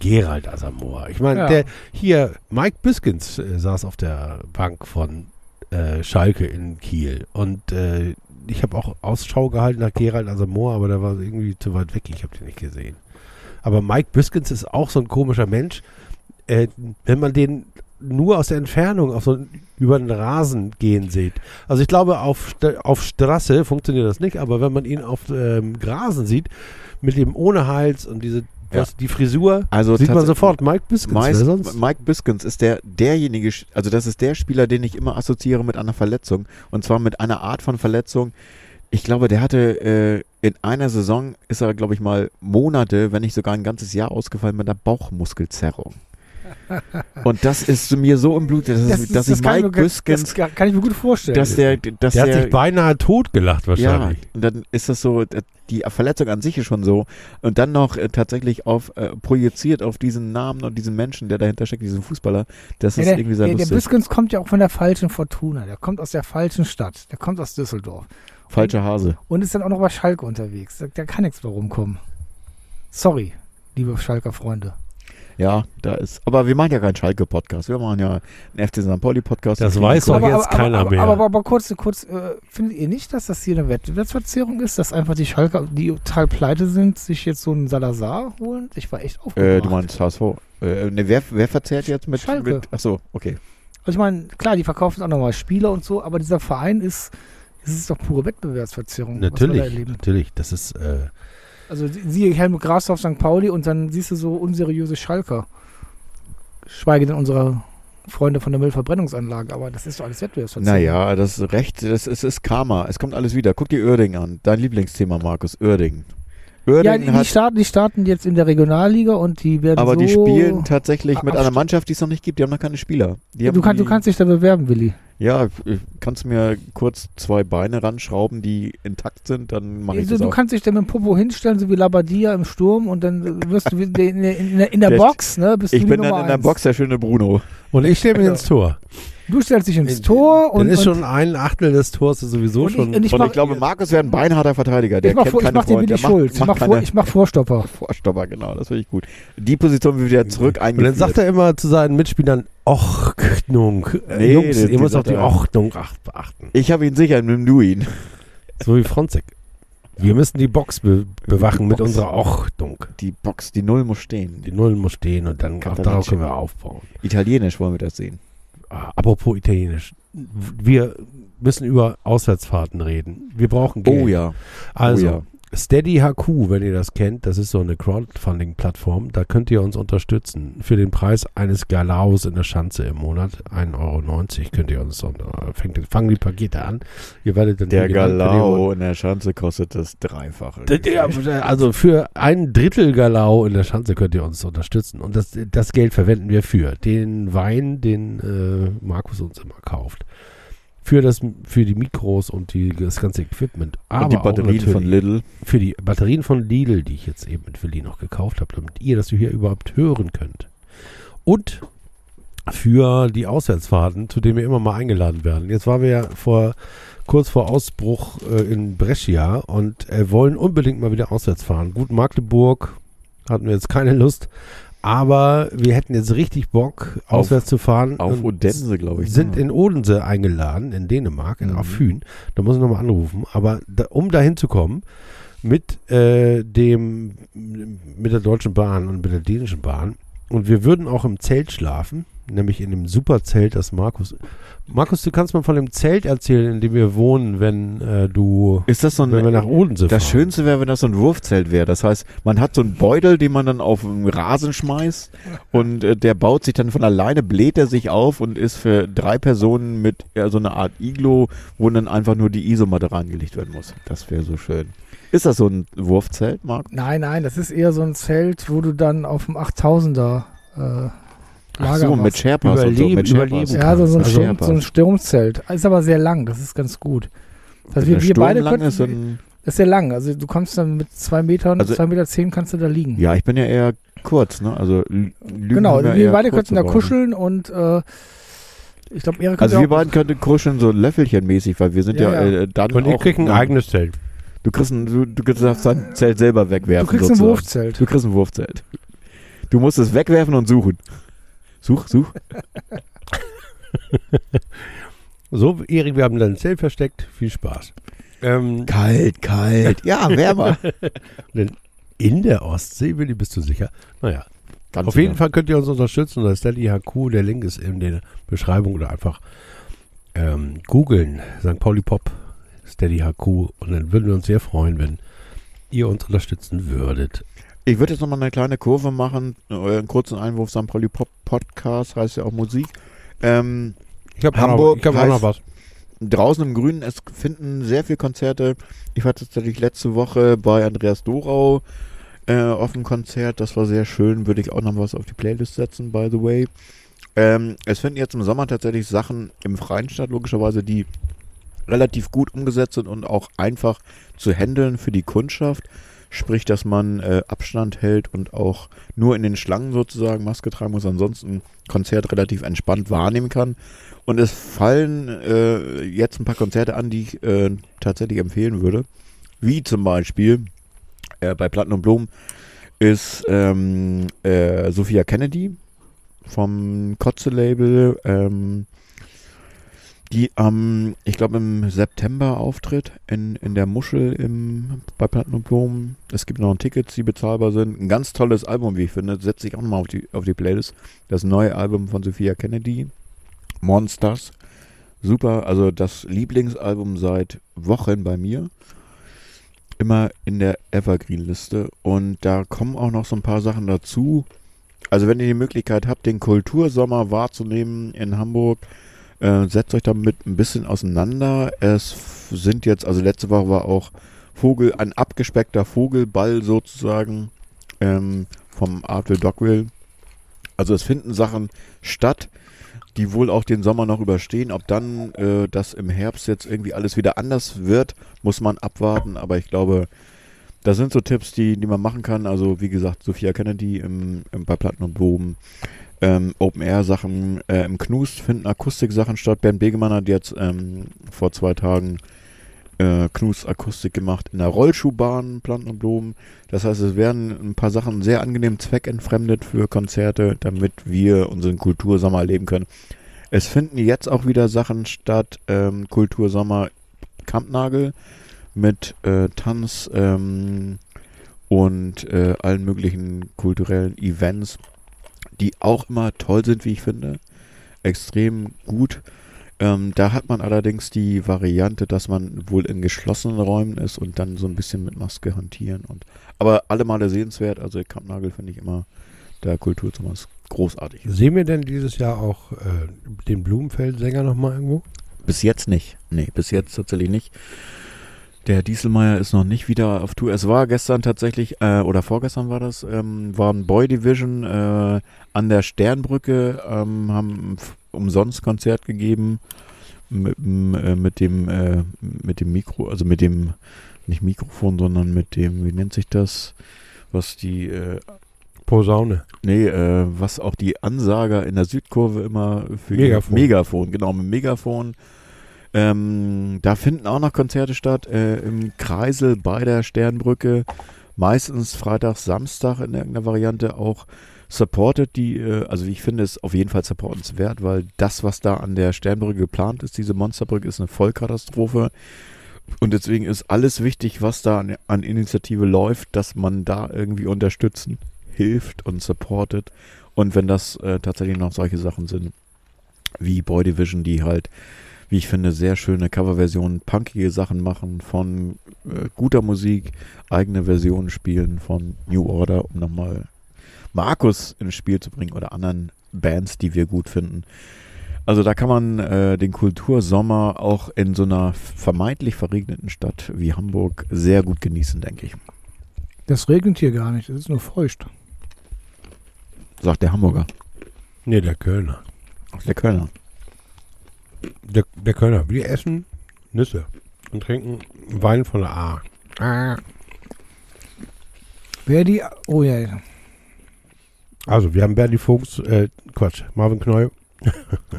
Gerald Asamoah. Ich meine, Ja. der hier, Mike Biskins äh, saß auf der Bank von äh, Schalke in Kiel. Und äh, ich habe auch Ausschau gehalten nach Gerald Asamoah, aber der war irgendwie zu weit weg. Ich habe den nicht gesehen. Aber Mike Biskins ist auch so ein komischer Mensch. Äh, wenn man den nur aus der Entfernung auf so einen, über den Rasen gehen sieht. Also ich glaube, auf, St- auf Straße funktioniert das nicht, aber wenn man ihn auf ähm, Grasen sieht, mit dem ohne Hals und diese Ja. was, die Frisur Also sieht man tats- sofort Mike Biskins. Meist, wer sonst? Mike Biskins ist der derjenige, Sch- also das ist der Spieler, den ich immer assoziiere mit einer Verletzung. Und zwar mit einer Art von Verletzung. Ich glaube, der hatte äh, in einer Saison ist er, glaube ich, mal Monate, wenn nicht sogar ein ganzes Jahr ausgefallen mit einer Bauchmuskelzerrung. Und das ist mir so im Blut, dass, es- dass ich kann Mike mir ge- Biskens, das kann kann ich mir gut vorstellen. dass der, dass Der hat der, sich beinahe totgelacht ja, wahrscheinlich. und dann ist das so, äh, die Verletzung an sich ist schon so. Und dann noch äh, tatsächlich auf, äh, projiziert auf diesen Namen und diesen Menschen, der dahinter steckt, diesen Fußballer, das Ja, ist der, irgendwie sehr der, der lustig. Biskens kommt ja auch von der falschen Fortuna. Der kommt aus der falschen Stadt. Der kommt aus Düsseldorf. Falscher Hase. Und ist dann auch noch bei Schalke unterwegs. Da, da kann nichts mehr rumkommen. Sorry, liebe Schalker Freunde. Ja, da ist. Aber wir machen ja keinen Schalke-Podcast. Wir machen ja einen FC St. Pauli-Podcast. Das weiß er. doch jetzt keiner aber, mehr. Aber, aber, aber kurz, kurz äh, findet ihr nicht, dass das hier eine Wettbewerbsverzerrung ist, dass einfach die Schalker, die total pleite sind, sich jetzt so einen Salazar holen? Ich war echt aufgeregt. Äh, du meinst HSV. Äh, ne, wer, wer verzehrt jetzt mit Schalke. Mit, achso, okay. Also ich meine, klar, die verkaufen auch nochmal Spieler und so, aber dieser Verein ist, es ist doch pure Wettbewerbsverzerrung. Was wir da Natürlich, erleben. natürlich. Das ist äh, Also sie- siehe Helmut Grasdorf, St. Pauli und dann siehst du so unseriöse Schalker. Schweige denn unsere Freunde von der Müllverbrennungsanlage, aber das ist doch alles Wettbewerbsverzerrung. Naja, das ist recht. Das ist, ist Karma. Es kommt alles wieder. Guck dir Oerding an. Dein Lieblingsthema, Markus. Oerding. Ja, Oerding die, die, hat. starten, die starten jetzt in der Regionalliga und die werden Aber so... die spielen tatsächlich mit Abst- einer Mannschaft, die es noch nicht gibt. Die haben noch keine Spieler. Die haben du, kann, du die- kannst dich da bewerben, Willi. Ja, ich- kannst du mir kurz zwei Beine ranschrauben, die intakt sind, dann mache ich Also, das du auch. kannst dich da mit dem Popo hinstellen, so wie Labadia im Sturm und dann wirst du in der, in der, in der Der- Box, ne? Bist du Ich die bin Nummer dann in der eins. Box der schöne Bruno. und ich stehe mir ins Tor. Du stellst dich Äh, ins Tor und, Also, Dann ist und schon ein Achtel des Tors ist sowieso Und ich- schon. und und mach- ich glaube, Markus wäre ein beinharter Verteidiger. Der ich mach, kennt vor, ich keine mach dir Freunde. Willi Der macht- Schulz. Ich mach, macht vor, keine ich mach Vorstopper. Vorstopper, genau. Das finde ich gut. Die Position wird wieder zurück und dann eingeführt. sagt er immer zu seinen Mitspielern Ordnung. Äh, Nee, Jungs, die- die ihr müsst auf sagt die er- Ordnung acht- beachten. ich habe ihn sicher, nimm du ihn. So wie Fronzek. Wir müssen die Box be bewachen Die mit Box. unserer Ordnung. Die Box, die Null muss stehen. Die Null muss stehen und dann Kann auch dann darauf nicht- können wir aufbauen. Italienisch wollen wir das sehen. Ah, Apropos Italienisch. Wir müssen über Auswärtsfahrten reden. Wir brauchen Geld. Oh ja. Also, oh ja. Steady HQ, wenn ihr das kennt, das ist so eine Crowdfunding-Plattform. Da könnt ihr uns unterstützen. Für den Preis eines Galaos in der Schanze im Monat, 1,90 Euro, könnt ihr uns, unter- fängt, fangen die Pakete an. Ihr werdet dann Der hier genannt, wenn ihr Galao in der Schanze kostet das Dreifache. D- ja, Also für ein Drittel Galau in der Schanze könnt ihr uns unterstützen. Und das, das Geld verwenden wir für den Wein, den äh, Markus uns immer kauft. Für, das, für die Mikros und die, das ganze Equipment. Aber Und die auch Batterien natürlich von Lidl. für die Batterien von Lidl, die ich jetzt eben mit Willi noch gekauft habe, damit ihr das hier überhaupt hören könnt. Und für die Auswärtsfahrten, zu denen wir immer mal eingeladen werden. Jetzt waren wir ja vor, kurz vor Ausbruch äh, in Brescia und äh, wollen unbedingt mal wieder auswärts fahren. Gut, Magdeburg hatten wir jetzt keine Lust, aber wir hätten jetzt richtig Bock, Auf- auswärts zu fahren. Auf und Odense, glaube ich. ne? sind ja. in Odense eingeladen, in Dänemark, in Mhm. Afyn. Da muss ich nochmal anrufen. Aber da, um dahin zu kommen, mit äh, dem, mit der Deutschen Bahn und mit der dänischen Bahn. Und wir würden auch im Zelt schlafen, nämlich in dem Superzelt, das Markus. Markus, du kannst mal von dem Zelt erzählen, in dem wir wohnen, wenn äh, du, Ist das so ein wenn wir nach Odense fahren. Das Schönste wäre, wenn das so ein Wurfzelt wäre. Das heißt, man hat so einen Beutel, den man dann auf den Rasen schmeißt und äh, der baut sich dann von alleine, bläht er sich auf und ist für drei Personen mit äh, so einer Art Iglo, wo dann einfach nur die Isomatte reingelegt werden muss. Das wäre so schön. Ist das so ein Wurfzelt, Marc? Nein, nein, das ist eher so ein Zelt, wo du dann auf dem 8000er äh, Lager Ach so, mit machst. Sherpas und so. Überleben- Mit Sherpas. überleben Ja, so, so, ein Also- Sturm, so ein Sturmzelt. Ist aber sehr lang, das ist ganz gut. Also wir, Eine wir beide Stundenlang könnten, ist so ein, ist sehr lang. Also du kommst dann mit zwei Metern, Also- zwei Meter zehn kannst du da liegen. Ja, ich bin ja eher kurz, ne? Also Lü- Lügen genau, haben ja wir, eher beide kurze könnten da Beine. kuscheln und äh, ich glaube, Erik Also könnte wir beiden könnten kuscheln so löffelchenmäßig, weil wir sind ja, Ja, ja. Äh, dann Und auch ihr kriegt ein Ja. eigenes Zelt. Du kriegst ein, du, du darfst dein Zelt selber auch, du wegwerfen. kriegst ein sozusagen. Wurfzelt. Du kriegst ein Wurfzelt. Du musst es wegwerfen und suchen. Such, such. So, Erik, wir haben dein Zelt versteckt. Viel Spaß. Ähm, Kalt, kalt. Ja, wärmer. in der Ostsee, Willi, bist du sicher? Naja, Ganz Auf jeden sicher. Fall könnt ihr uns unterstützen unter Steady HQ. Der Link ist in der Beschreibung oder einfach ähm, googeln. St. Pauli Pop, Steady HQ. Und dann würden wir uns sehr freuen, wenn ihr uns unterstützen würdet. Ich würde jetzt nochmal eine kleine Kurve machen. äh, Einen kurzen Einwurf. St. Pauli Pop Podcast heißt ja auch Musik. Ähm, Ich habe Hamburg ich hab auch noch heißt- was. draußen im Grünen, es finden sehr viele Konzerte. Ich war tatsächlich letzte Woche bei Andreas Dorau äh, auf dem Konzert. Das war sehr schön. Würde ich auch noch was auf die Playlist setzen, by the way. Ähm, es finden jetzt im Sommer tatsächlich Sachen im Freien statt, logischerweise, die relativ gut umgesetzt sind und auch einfach zu handeln für die Kundschaft. Sprich, dass man äh, Abstand hält und auch nur in den Schlangen sozusagen Maske tragen muss, ansonsten Konzert relativ entspannt wahrnehmen kann. Und es fallen äh, jetzt ein paar Konzerte an, die ich äh, tatsächlich empfehlen würde. Wie zum Beispiel äh, bei Platten und Blumen ist ähm, äh, Sophia Kennedy vom Kotze-Label, ähm, die am, ich glaube, im September auftritt in, in der Muschel im, bei Platten und Blumen. Es gibt noch Tickets, die bezahlbar sind. Ein ganz tolles Album, wie ich finde. Setze ich auch nochmal auf die, auf die Playlist. Das neue Album von Sophia Kennedy, Monsters. Super, also das Lieblingsalbum seit Wochen bei mir immer in der Evergreen-Liste und da kommen auch noch so ein paar Sachen dazu. Also wenn ihr die Möglichkeit habt, den Kultursommer wahrzunehmen in Hamburg, äh, setzt euch damit ein bisschen auseinander. Es f- sind jetzt, also letzte Woche war auch Vogel, ein abgespeckter Vogelball sozusagen ähm, vom Artwill Dogwill. Also es finden Sachen statt, die wohl auch den Sommer noch überstehen. Ob dann äh, das im Herbst jetzt irgendwie alles wieder anders wird, muss man abwarten, aber ich glaube, das sind so Tipps, die, die man machen kann. Also wie gesagt, Sophia Kennedy im, im, bei Platten und Blumen, ähm, Open-Air-Sachen, äh, im Knust finden Akustik-Sachen statt. Bernd Begemann hat jetzt ähm, vor zwei Tagen äh, Knust-Akustik gemacht in der Rollschuhbahn, Platten und Blumen. Das heißt, es werden ein paar Sachen sehr angenehm zweckentfremdet für Konzerte, damit wir unseren Kultursommer erleben können. Es finden jetzt auch wieder Sachen statt, ähm, Kultursommer Kampnagel mit äh, Tanz ähm, und äh, allen möglichen kulturellen Events, die auch immer toll sind, wie ich finde. Extrem gut. Ähm, da hat man allerdings die Variante, dass man wohl in geschlossenen Räumen ist und dann so ein bisschen mit Maske hantieren. Und, aber alle Male sehenswert. Also Kampnagel finde ich immer der Kulturzimmer ist großartig. Sehen wir denn dieses Jahr auch äh, den Blumenfeld-Sänger nochmal irgendwo? Bis jetzt nicht. Nee, bis jetzt tatsächlich nicht. Der Dieselmeier ist noch nicht wieder auf Tour. Es war gestern tatsächlich, äh, oder vorgestern war das, ähm, waren Boy Division äh, an der Sternbrücke, ähm, haben ein f- umsonst Konzert gegeben mit, dem, äh, mit dem äh, mit dem Mikro, also mit dem, nicht Mikrofon, sondern mit dem, wie nennt sich das, was die äh, Posaune. Nee, äh, was auch die Ansager in der Südkurve immer für Megafon. Megafon, genau, mit Megafon. Ähm, da finden auch noch Konzerte statt, äh, im Kreisel bei der Sternbrücke. Meistens Freitag, Samstag in irgendeiner Variante auch supported die, äh, also wie ich finde, ist auf jeden Fall supportenswert, weil das, was da an der Sternbrücke geplant ist, diese Monsterbrücke, ist eine Vollkatastrophe. Und deswegen ist alles wichtig, was da an, an Initiative läuft, dass man da irgendwie unterstützen hilft und supportet. Und wenn das äh, tatsächlich noch solche Sachen sind, wie Boy Division, die halt, wie ich finde, sehr schöne Coverversionen, punkige Sachen machen von äh, guter Musik, eigene Versionen spielen von New Order, um nochmal Markus ins Spiel zu bringen oder anderen Bands, die wir gut finden. Also da kann man äh, den Kultursommer auch in so einer vermeintlich verregneten Stadt wie Hamburg sehr gut genießen, denke ich. Das regnet hier gar nicht, es ist nur feucht. Sagt der Hamburger, Nee, der Kölner. der Kölner. Der, der Kölner. Wir essen Nüsse und trinken Wein von der A. Ah. Wer die. Oh ja, ja. Also, wir haben Bernie Fuchs, äh, Quatsch, Marvin Knoll.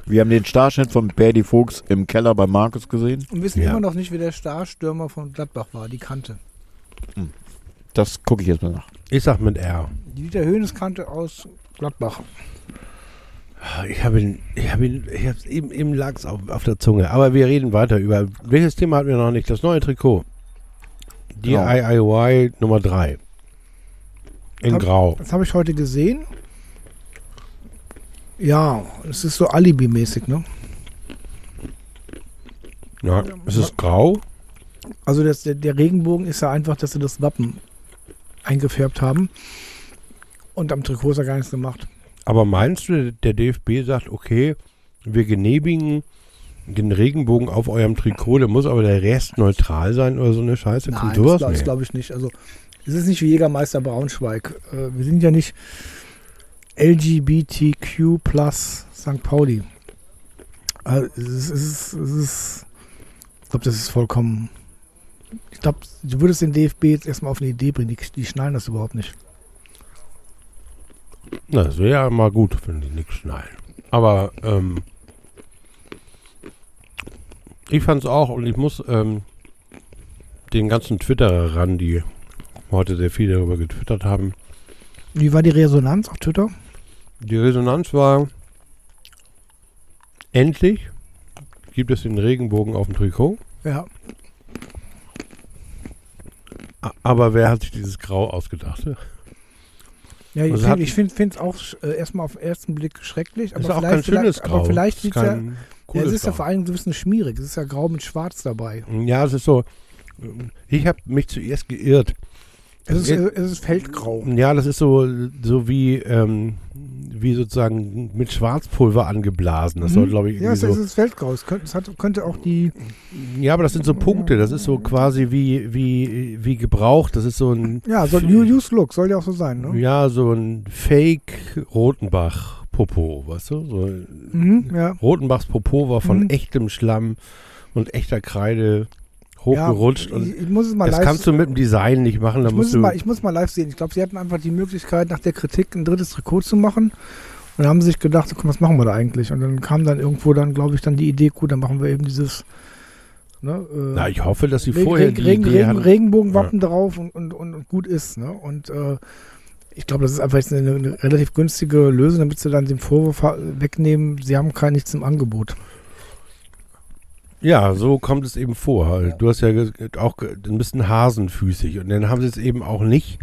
Wir haben den Starschnitt von Berdy Fuchs im Keller bei Markus gesehen. Und wissen Ja. immer noch nicht, wer der Starstürmer von Gladbach war, die Kante. Das gucke ich jetzt mal nach. Ich sag mit R. Dieter Höhnes Kante aus Gladbach. Ah, Ich habe ihn, ich habe ihn, ich habe eben, eben lag's auf, auf der Zunge. Aber wir reden weiter über, welches Thema hatten wir noch nicht? Das neue Trikot. Genau. DIY Nummer 3. In Hab- Grau. Das habe ich heute gesehen. Ja, es ist so Alibi-mäßig, ne? Ja, es ist grau. Also das, der, der Regenbogen ist ja einfach, dass sie das Wappen eingefärbt haben. Und am Trikot ist ja gar nichts gemacht. Aber meinst du, der DFB sagt, okay, wir genehmigen den Regenbogen auf eurem Trikot, der muss aber der Rest neutral sein oder so eine Scheiße? Nein, sowas? das, glaub- das Nee. glaube ich nicht. Also Es ist nicht wie Jägermeister Braunschweig. Äh, wir sind ja nicht LGBTQ plus St. Pauli. Äh, es ist, es ist, es ist, ich glaube, das ist vollkommen. Ich glaube, du würdest den DFB jetzt erstmal auf eine Idee bringen. Die, die schnallen das überhaupt nicht. Na, das wäre ja mal gut, wenn die nichts schneiden. Aber ähm, ich fand's auch und ich muss ähm, den ganzen Twitterern, die heute sehr viel darüber getwittert haben, Wie war die Resonanz auf Twitter? die Resonanz war endlich gibt es den Regenbogen auf dem Trikot. Ja. A- Aber wer hat sich dieses Grau ausgedacht? Ja, ich Also hat- finde es auch äh, erstmal auf den ersten Blick schrecklich. Aber ist auch vielleicht, kein schönes vielleicht, Grau. Aber vielleicht Ist sieht's ja, kein ja, es cooles ist ja Grau. vor allem so ein bisschen schmierig. Es ist ja grau mit schwarz dabei. Ja, es ist so. Ich habe mich zuerst geirrt. Es ist, Ja. es ist feldgrau. Ja, das ist so, so wie, ähm, wie sozusagen mit Schwarzpulver angeblasen. Das soll, Mhm. glaube ich, Ja, irgendwie es, es so. ist feldgrau. Es könnte, es hat, könnte auch die. Ja, aber das sind so Punkte. Das ist so quasi wie, wie, wie gebraucht. Das ist so ein. Ja, so New Use Look soll ja auch so sein, ne? Ja, so ein Fake-Rotenbach-Popo, weißt du? So, Mhm, ja. Rotenbachs Popo war von Mhm. echtem Schlamm und echter Kreide hochgerutscht. Ja, und ich, ich muss es mal das live kannst du mit dem Design nicht machen. Da ich, muss musst es du. mal, ich muss mal live sehen. Ich glaube, sie hatten einfach die Möglichkeit, nach der Kritik ein drittes Trikot zu machen. Und haben sich gedacht, komm, was machen wir da eigentlich? Und dann kam dann irgendwo dann, glaube ich, dann die Idee, gut, dann machen wir eben dieses. Ne, äh, Na, ich hoffe, dass sie Regen- vorher die Regen- Regen- Idee Regen- hatten. Regenbogenwappen drauf und, und, und, und gut ist. Ne? Und äh, ich glaube, das ist einfach jetzt eine, eine relativ günstige Lösung, damit sie dann den Vorwurf ha- wegnehmen, sie haben kein nichts im Angebot. Ja, so kommt es eben vor. halt. Du hast ja ge- auch ge- ein bisschen hasenfüßig. Und dann haben sie es eben auch nicht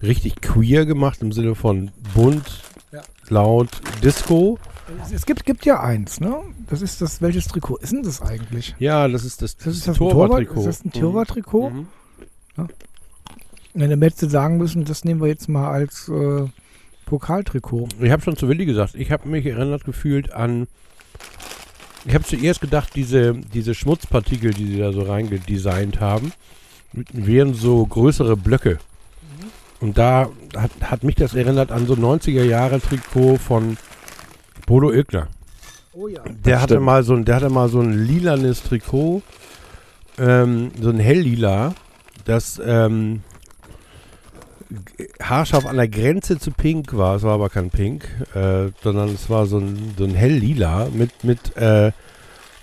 richtig queer gemacht im Sinne von bunt, Ja. laut, Disco. Es, es gibt, gibt ja eins, ne? Das ist das, welches Trikot ist denn das eigentlich? Ja, das ist das, Das ist das ein Torwarttrikot. Torwart- Ist das ein Mhm. Torwarttrikot? Mhm. Wenn der Metze sagen müssen, das nehmen wir jetzt mal als äh, Pokaltrikot. Ich habe schon zu Willi gesagt, ich habe mich erinnert gefühlt an. Ich habe zuerst gedacht, diese, diese Schmutzpartikel, die sie da so reingedesignt haben, wären so größere Blöcke. Und da hat, hat mich das erinnert an so 90er-Jahre-Trikot von Bodo Ilgner. Oh ja. Der hatte, Stimmt. mal so ein, der hatte mal so ein lilanes Trikot, ähm, so ein helllila, das ähm, g- haarscharf an der Grenze zu pink war. Es war aber kein pink, äh, sondern es war so ein, so ein helllila mit, mit, äh,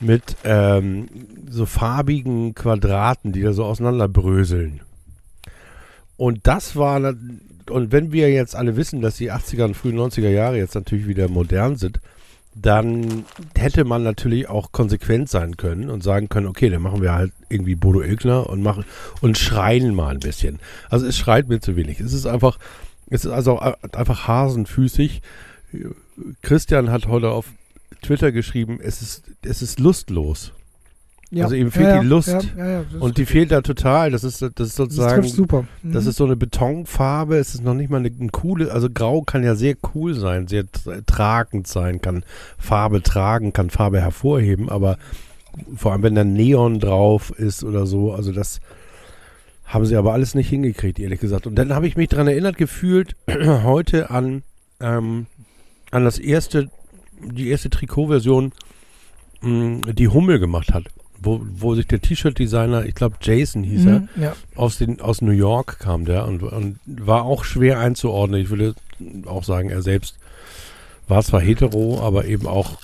mit ähm, so farbigen Quadraten, die da so auseinanderbröseln. Und das war, na- und wenn wir jetzt alle wissen, dass die 80er und frühen 90er Jahre jetzt natürlich wieder modern sind, dann hätte man natürlich auch konsequent sein können und sagen können, okay, dann machen wir halt irgendwie Bodo Ilgner und machen und schreien mal ein bisschen. Also es schreit mir zu wenig. Es ist einfach, es ist also a- einfach hasenfüßig. Christian hat heute auf Twitter geschrieben, es ist, es ist lustlos. Also ihm fehlt die Lust. Ja, ja, ja, das, Und die fehlt da total. Das ist, das ist das sozusagen, trifft super. Mhm. das ist so eine Betonfarbe, es ist noch nicht mal eine, eine coole, also grau kann ja sehr cool sein, sehr tra- tragend sein, kann Farbe tragen, kann Farbe hervorheben, aber vor allem wenn da Neon drauf ist oder so, also das haben sie aber alles nicht hingekriegt, ehrlich gesagt. Und dann habe ich mich daran erinnert gefühlt, heute an, ähm, an das erste, die erste Trikotversion, mh, die Hummel gemacht hat. Wo, wo sich der T-Shirt-Designer, ich glaube Jason hieß er, mhm. ja. aus, den, aus New York kam der und, und war auch schwer einzuordnen. Ich würde auch sagen, er selbst war zwar hetero, aber eben auch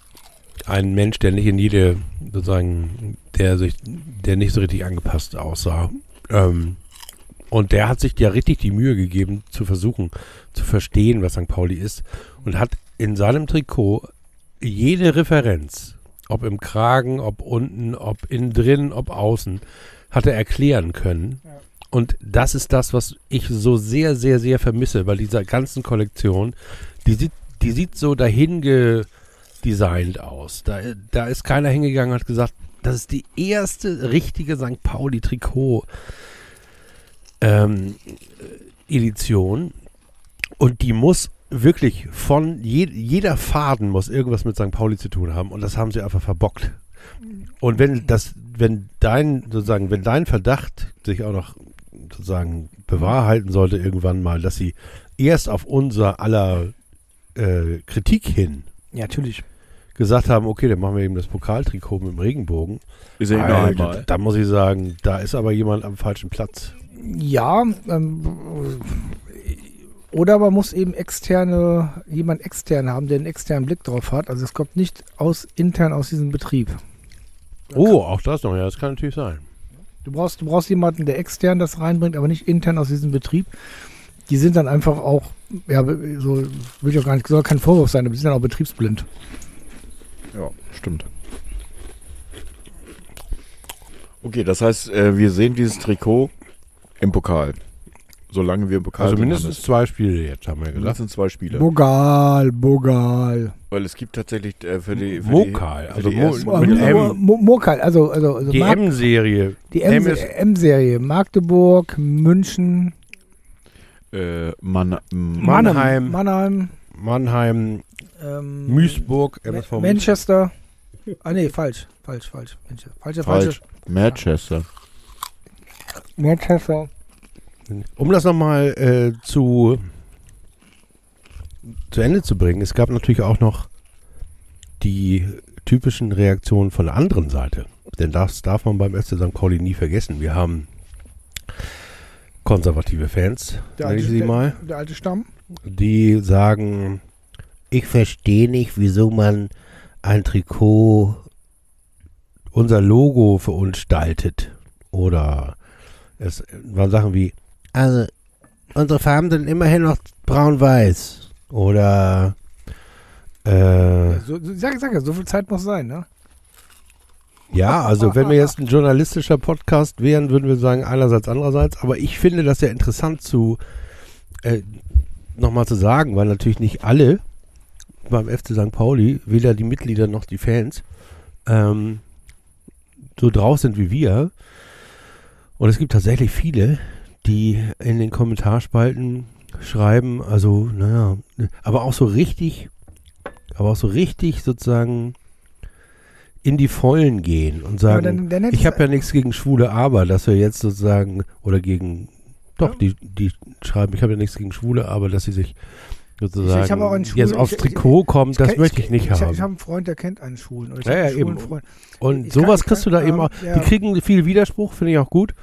ein Mensch, der nicht in jede, sozusagen, der sich, der nicht so richtig angepasst aussah. Ähm, und der hat sich ja richtig die Mühe gegeben, zu versuchen, zu verstehen, was St. Pauli ist. Und hat in seinem Trikot jede Referenz, ob im Kragen, ob unten, ob innen drin, ob außen, hat er erklären können. Und das ist das, was ich so sehr, sehr, sehr vermisse bei dieser ganzen Kollektion. Die sieht, die sieht so dahin gedesignt aus. Da, da ist keiner hingegangen und hat gesagt, das ist die erste richtige St. Pauli-Trikot. Ähm, Edition und die muss wirklich von je, jeder Faden muss irgendwas mit St. Pauli zu tun haben und das haben sie einfach verbockt. Und wenn das, wenn dein sozusagen, wenn dein Verdacht sich auch noch sozusagen bewahrheiten sollte irgendwann mal, dass sie erst auf unser aller äh, Kritik hin Ja, natürlich. gesagt haben, okay, dann machen wir eben das Pokaltrikot mit dem Regenbogen. Ist ja Alter, noch einmal. Da muss ich sagen, da ist aber jemand am falschen Platz. Ja, ähm, oder man muss eben externe, jemand extern haben, der einen externen Blick drauf hat. Also es kommt nicht aus intern aus diesem Betrieb. Oh, auch das noch, ja, das kann natürlich sein. Du brauchst, du brauchst jemanden, der extern das reinbringt, aber nicht intern aus diesem Betrieb. Die sind dann einfach auch, ja, so will ich auch gar nicht, soll kein Vorwurf sein, aber die sind dann auch betriebsblind. Ja, stimmt. Okay, das heißt, äh, wir sehen dieses Trikot im Pokal. Solange wir im Pokal Also sind, mindestens zwei Spiele jetzt, haben wir haben wir- gesagt. mindestens zwei Spiele. Bogal, Bogal. Weil es gibt tatsächlich äh, für die. Für Mokal, die, also die Mo, ersten- mit M. Mokal, also, also, also Die Mark- M-Serie. die M M- ist- M-Serie. Magdeburg, München, Äh, Mann, Mann- Mann, Mannheim. Mannheim Mannheim, ähm, Duisburg, Ma- MSV. Manchester. Ah, nee, falsch. Falsch, falsch. Manchester. Falsche, falsch. falsche. Manchester. Manchester. Um das nochmal äh, zu, zu Ende zu bringen, es gab natürlich auch noch die typischen Reaktionen von der anderen Seite. Denn das darf man beim FC St. Pauli nie vergessen. Wir haben konservative Fans, nenne ich sie mal, der alte Stamm. die sagen, ich verstehe nicht, wieso man ein Trikot, unser Logo für uns staltet. Oder es waren Sachen wie, also unsere Farben sind immerhin noch braun-weiß. Oder äh, So, so, sag, sag ja, so viel Zeit muss sein, ne? ja, also wenn wir jetzt ein journalistischer Podcast wären, würden wir sagen einerseits, andererseits. Aber ich finde das ja interessant zu äh, nochmal zu sagen, weil natürlich nicht alle beim FC St. Pauli, weder die Mitglieder noch die Fans, ähm, so drauf sind wie wir. Und es gibt tatsächlich viele, die in den Kommentarspalten schreiben, also naja, aber auch so richtig, aber auch so richtig sozusagen in die Vollen gehen und Aber sagen, dann, dann hättest ich habe ja nichts gegen Schwule, aber dass wir jetzt sozusagen, oder gegen, doch, die, die schreiben, ich habe ja nichts gegen Schwule, aber dass sie sich sozusagen hab auch einen Schwulen- jetzt aufs ich- ich- Trikot kommen, das kenn- möchte ich nicht ich, haben. Ich habe einen Freund, der kennt einen Schulen. Oder ich Ja, hab ja, einen schwulen eben. Freund. Und ich kann- sowas ich kriegst kann- du da eben ähm, auch. ja. Die kriegen viel Widerspruch, finde ich auch gut.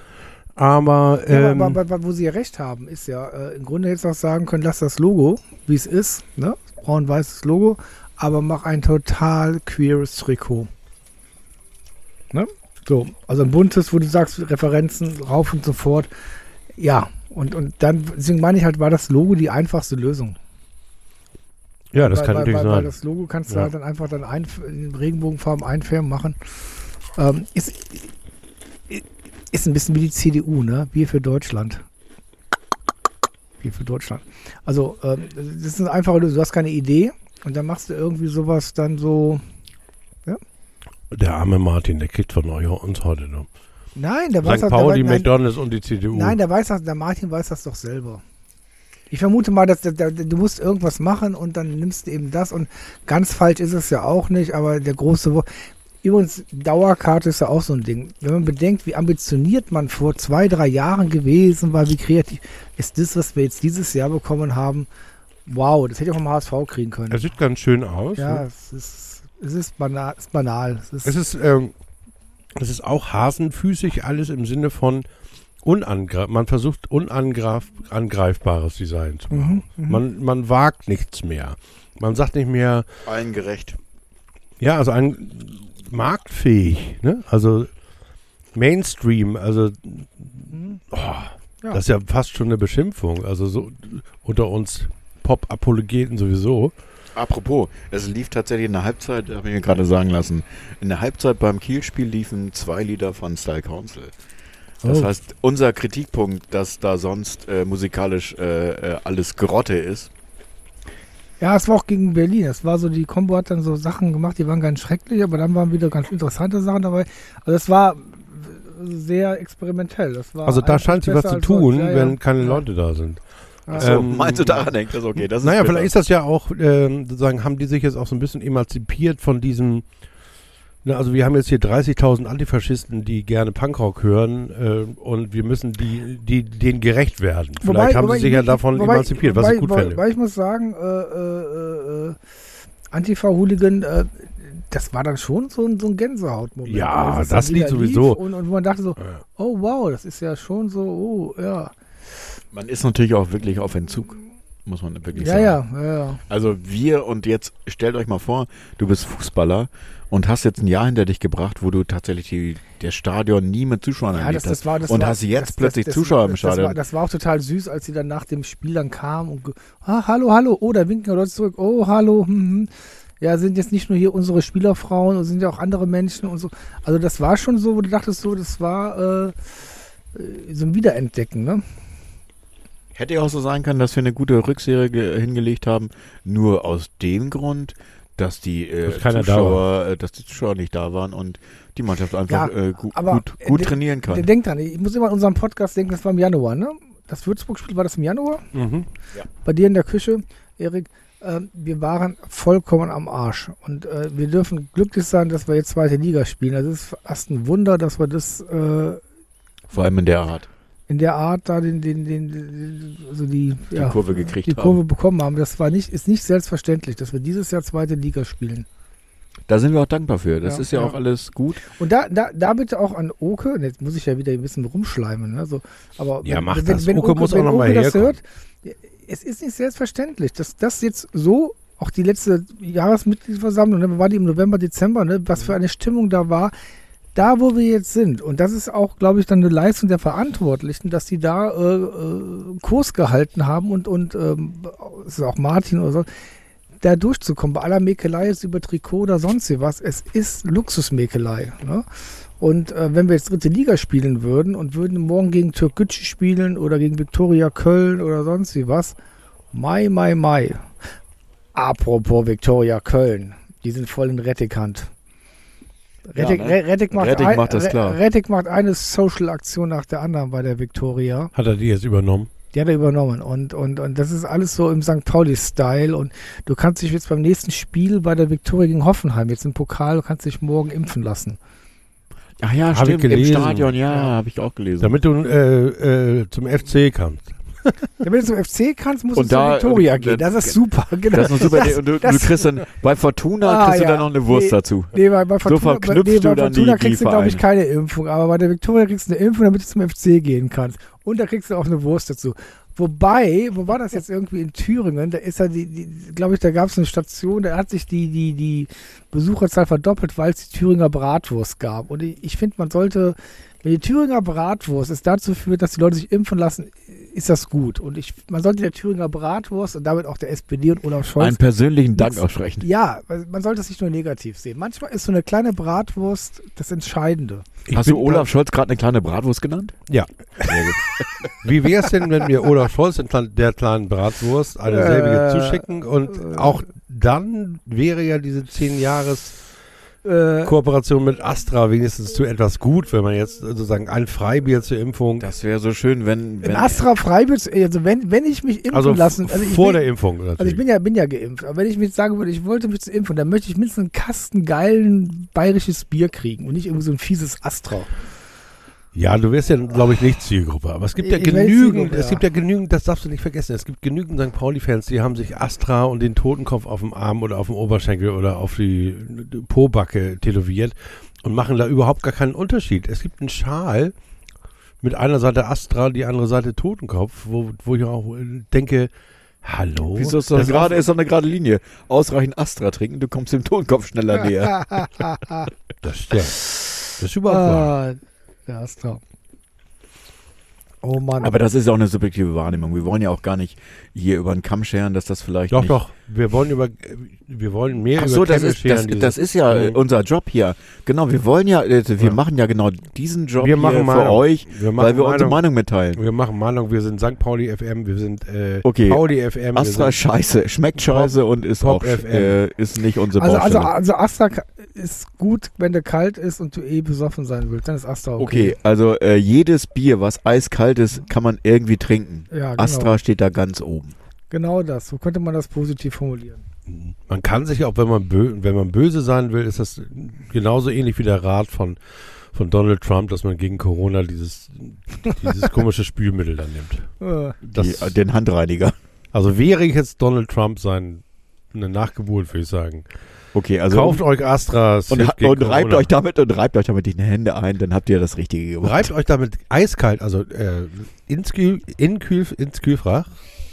Aber, Ja, ähm, aber, aber, aber wo sie ja recht haben, ist ja, äh, im Grunde hättest du auch sagen können, lass das Logo, wie es ist, ne? Braun-weißes Logo, aber mach ein total queeres Trikot. Ne? So, also ein buntes, wo du sagst, Referenzen rauf und so fort. Ja, und, und dann, deswegen meine ich halt, war das Logo die einfachste Lösung. ja, das weil, kann weil, natürlich weil, Weil sein. das Logo kannst du Ja. halt dann einfach dann ein, in Regenbogenfarben einfärben machen. Ähm, ist, ist ein bisschen wie die CDU, ne? Bier für Deutschland. Bier für Deutschland. Also, ähm, das ist eine einfache Lösung. Du hast keine Idee und dann machst du irgendwie sowas dann so. der arme Martin, der kriegt von euch uns heute noch. Nein, der weiß St. doch, Pauli, der, weiß- nein, McDonalds und die CDU. nein, der weiß das, der Martin weiß das doch selber. Ich vermute mal, dass der, der, du musst irgendwas machen und dann nimmst du eben das und ganz falsch ist es ja auch nicht, aber der große Wurf. Übrigens, Dauerkarte ist ja auch so ein Ding. Wenn man bedenkt, wie ambitioniert man vor zwei, drei Jahren gewesen war, wie kreativ ist das, was wir jetzt dieses Jahr bekommen haben. Wow, das hätte ich auch vom HSV kriegen können. das sieht ganz schön aus. ja, ne? es ist, es ist banal. Es ist banal. Es ist, Es ist, ähm, es ist auch hasenfüßig alles im Sinne von unangreif. Man versucht unangreifbares angreifbares Design zu machen. mhm, mhm. Man, man wagt nichts mehr. Man sagt nicht mehr, Allen gerecht. Ja, also ein marktfähig, ne? Also Mainstream, also Mhm. oh, das ist ja fast schon eine Beschimpfung. Also so unter uns Pop-Apologeten sowieso. Oh. Apropos, es lief tatsächlich in der Halbzeit, habe ich mir gerade sagen lassen, in der Halbzeit beim Kielspiel liefen zwei Lieder von Style Council. Das Oh. heißt, unser Kritikpunkt, dass da sonst äh, musikalisch äh, äh, alles Grotte ist. Ja, es war auch gegen Berlin. Es war so, die Combo hat dann so Sachen gemacht, die waren ganz schrecklich, aber dann waren wieder ganz interessante Sachen dabei. Also es war sehr experimentell. Das war Also da eigentlich scheint sich was besser zu als sonst. tun, Ja, ja. wenn keine Ja. Leute da sind. Ja. Äh, So, Ähm, meinst du daran hängt das okay? Das ist naja, bitter. vielleicht ist das ja auch, ähm, sozusagen, haben die sich jetzt auch so ein bisschen emanzipiert von diesem, Na, also wir haben jetzt hier 30.000 Antifaschisten, die gerne Punkrock hören äh, und wir müssen die, die, denen gerecht werden. Vielleicht Wobei- haben wobei sie sich ja ich- davon wobei- emanzipiert, was wobei, ich gut wobei, fände. Weil ich muss sagen, äh, äh, äh, äh, Antifa-Hooligan, äh, das war dann schon so ein, so ein Gänsehautmoment. Ja, Als es das dann wieder Lied sowieso. lief Und, und man dachte so, oh wow, das ist ja schon so, oh ja. Man ist natürlich auch wirklich auf Entzug, muss man wirklich Ja, sagen. ja, ja, ja. Also wir und jetzt stellt euch mal vor, du bist Fußballer und hast jetzt ein Jahr hinter dich gebracht, wo du tatsächlich die, das Stadion nie mit Zuschauern ja erlebt das, das hast. war, das und war, hast jetzt das, plötzlich das, das, Zuschauer im das, das, war, Stadion. das war auch total süß, als sie dann nach dem Spiel dann kamen und, ge- ah, hallo, hallo, oh, da winken ja Leute zurück, oh, hallo, hm, hm. ja, sind jetzt nicht nur hier unsere Spielerfrauen, und sind ja auch andere Menschen und so. Also das war schon so, wo du dachtest so, das war äh, äh, so ein Wiederentdecken, ne? Hätte ja auch so sein können, dass wir eine gute Rückserie ge- hingelegt haben, nur aus dem Grund, dass die, äh, Dass keiner da Zuschauer, äh, dass die Zuschauer nicht da waren und die Mannschaft einfach Ja, äh, gu aber, gut, äh, gut der- trainieren kann. Denk dran, ich muss immer an unseren Podcast denken, das war im Januar, ne? Das Würzburg-Spiel, war das im Januar? Mhm. bei dir in der Küche, Erik, ähm, wir waren vollkommen am Arsch. Und äh, wir dürfen glücklich sein, dass wir jetzt zweite Liga spielen. Das ist fast ein Wunder, dass wir das äh, Vor allem in der Art, in der Art da den, den, den, den also die, die ja, Kurve gekriegt die haben. Kurve bekommen haben. Das war nicht, ist nicht selbstverständlich, dass wir dieses Jahr zweite Liga spielen. Da sind wir auch dankbar für. Das Ja, ist ja, ja. auch alles gut. Und da, da, da bitte auch an Oke, und jetzt muss ich ja wieder ein bisschen rumschleimen, ne? So, aber Ja, mach das. Oke muss auch wenn noch mal Oke das herkommen. hört, es ist nicht selbstverständlich, dass das jetzt so, auch die letzte Jahresmitgliederversammlung, ne, war die im November, Dezember, ne, was Mhm. für eine Stimmung da war, da wo wir jetzt sind, und das ist auch, glaube ich, dann eine Leistung der Verantwortlichen, dass die da äh, äh, Kurs gehalten haben und, und ähm, es ist auch Martin oder so, da durchzukommen, bei aller Mäkelei ist über Trikot oder sonst wie was, es ist Luxusmäkelei. Ne? Und äh, wenn wir jetzt dritte Liga spielen würden und würden morgen gegen Türkgücü spielen oder gegen Viktoria Köln oder sonst wie was, Mai, Mai, Mai. Apropos Viktoria Köln, die sind voll in Rettighand. Rettig, Ja, ne? Re- Rettig, macht, Rettig ein, macht das Re- klar. Rettig macht eine Social-Aktion nach der anderen bei der Viktoria. Hat er die jetzt übernommen? Die hat er übernommen. Und, und, und das ist alles so im St. Pauli-Style. Und du kannst dich jetzt beim nächsten Spiel bei der Viktoria gegen Hoffenheim, jetzt im Pokal, du kannst dich morgen impfen lassen. Ach ja, Hab ich stimmt. Im gelesen. Stadion, ja, habe ich auch gelesen. Damit du äh, äh, zum FC kannst. Damit du zum FC kannst, musst Und du da- äh, zur Viktoria und- gehen. Das ist super. Genau. Das ist eine super Das- Idee. Und du, das- du kriegst dann bei Fortuna Ah, kriegst ja. du dann noch eine Wurst Nee. dazu. Nee, bei, bei Fortuna, verknüpfst bei, nee, bei du dann Fortuna die- die kriegst du, glaube ich, Vereine. keine Impfung. Aber bei der Viktoria kriegst du eine Impfung, damit du zum FC gehen kannst. Und da kriegst du auch eine Wurst dazu. Wobei, wo war das jetzt irgendwie in Thüringen? Da ist ja die, die glaube ich, da gab es eine Station, da hat sich die, die, die Besucherzahl verdoppelt, weil es die Thüringer Bratwurst gab. Und ich, ich finde, man sollte, wenn die Thüringer Bratwurst es dazu führt, dass die Leute sich impfen lassen, ist das gut. Und ich, man sollte der Thüringer Bratwurst und damit auch der SPD und Olaf Scholz Einen persönlichen Dank Nix. aussprechen. ja, weil man sollte es nicht nur negativ sehen. Manchmal ist so eine kleine Bratwurst das Entscheidende. Ich Hast du bin- Olaf Scholz gerade eine kleine Bratwurst genannt? Ja. Wie wäre es denn, wenn wir Olaf Scholz in Plan- der kleinen Bratwurst eine Äh, selbige zuschicken und auch dann wäre ja diese 10 Jahres Äh, Kooperation mit Astra wenigstens zu etwas gut, wenn man jetzt sozusagen ein Freibier zur Impfung, Das wäre so schön, wenn. in Astra Freiburg, also wenn, wenn ich mich impfen also lassen, f- also ich vor bin, der Impfung natürlich. also ich bin ja, bin ja geimpft, aber wenn ich mir jetzt sagen würde, ich wollte mich zu impfen, dann möchte ich mindestens einen Kasten geilen bayerisches Bier kriegen und nicht irgendwie so ein fieses Astra. ja, du wärst ja, glaube ich, nicht Zielgruppe, aber es gibt ja Ich- ich weiß genügend, Zielgruppe, es ja. gibt ja genügend, das darfst du nicht vergessen, es gibt genügend St. Pauli-Fans, die haben sich Astra und den Totenkopf auf dem Arm oder auf dem Oberschenkel oder auf die Pobacke tätowiert und machen da überhaupt gar keinen Unterschied. Es gibt einen Schal mit einer Seite Astra, die andere Seite Totenkopf, wo, wo ich auch äh, denke, hallo? Wieso ist doch Das gerade, ist doch eine gerade Linie. Ausreichend Astra trinken, du kommst dem Tonkopf schneller näher. Das stimmt. Das ist überhaupt wahr. Ah, der Astra. Oh Mann. Aber das ist ja auch eine subjektive Wahrnehmung. Wir wollen ja auch gar nicht hier über den Kamm scheren, dass das vielleicht. Doch, nicht doch. Wir wollen über, wir wollen mehr Ach so, über das Kämme ist, das, scheren, das dieses- ist ja äh, Mhm. unser Job hier. Genau, wir wollen ja, äh, wir Ja. machen ja genau diesen Job Wir hier machen äh, für Meinung. euch, Wir machen weil wir unsere Meinung. Meinung mitteilen. Wir machen Mahnung, wir sind St. Pauli FM, wir sind äh, Okay. Pauli FM. wir Astra ist sind, scheiße, schmeckt scheiße und ist Pop auch sch- FM. äh, ist nicht unsere Also, also, Baustelle. also Astra ka- ist gut, wenn der kalt ist und du eh besoffen sein willst, dann ist Astra okay. okay, also äh, jedes Bier, was eiskalt ist, kann man irgendwie trinken. Ja, genau. Astra steht da ganz oben. Genau das. So könnte man das positiv formulieren. Man kann sich auch, wenn man, bö wenn man böse sein will, ist das genauso ähnlich wie der Rat von, von Donald Trump, dass man gegen Corona dieses, dieses komische Spülmittel dann nimmt. Äh, Das, Die, den Handreiniger. also wäre ich jetzt Donald Trump sein, eine Nachgeburt, würde ich sagen. Okay, also Kauft euch Astra. es und, hilft und, gegen und reibt Corona. euch damit und reibt euch damit die Hände ein, dann habt ihr das Richtige gemacht. Reibt euch damit eiskalt, also äh, ins, Kühl, in Kühl, ins Kühlfach,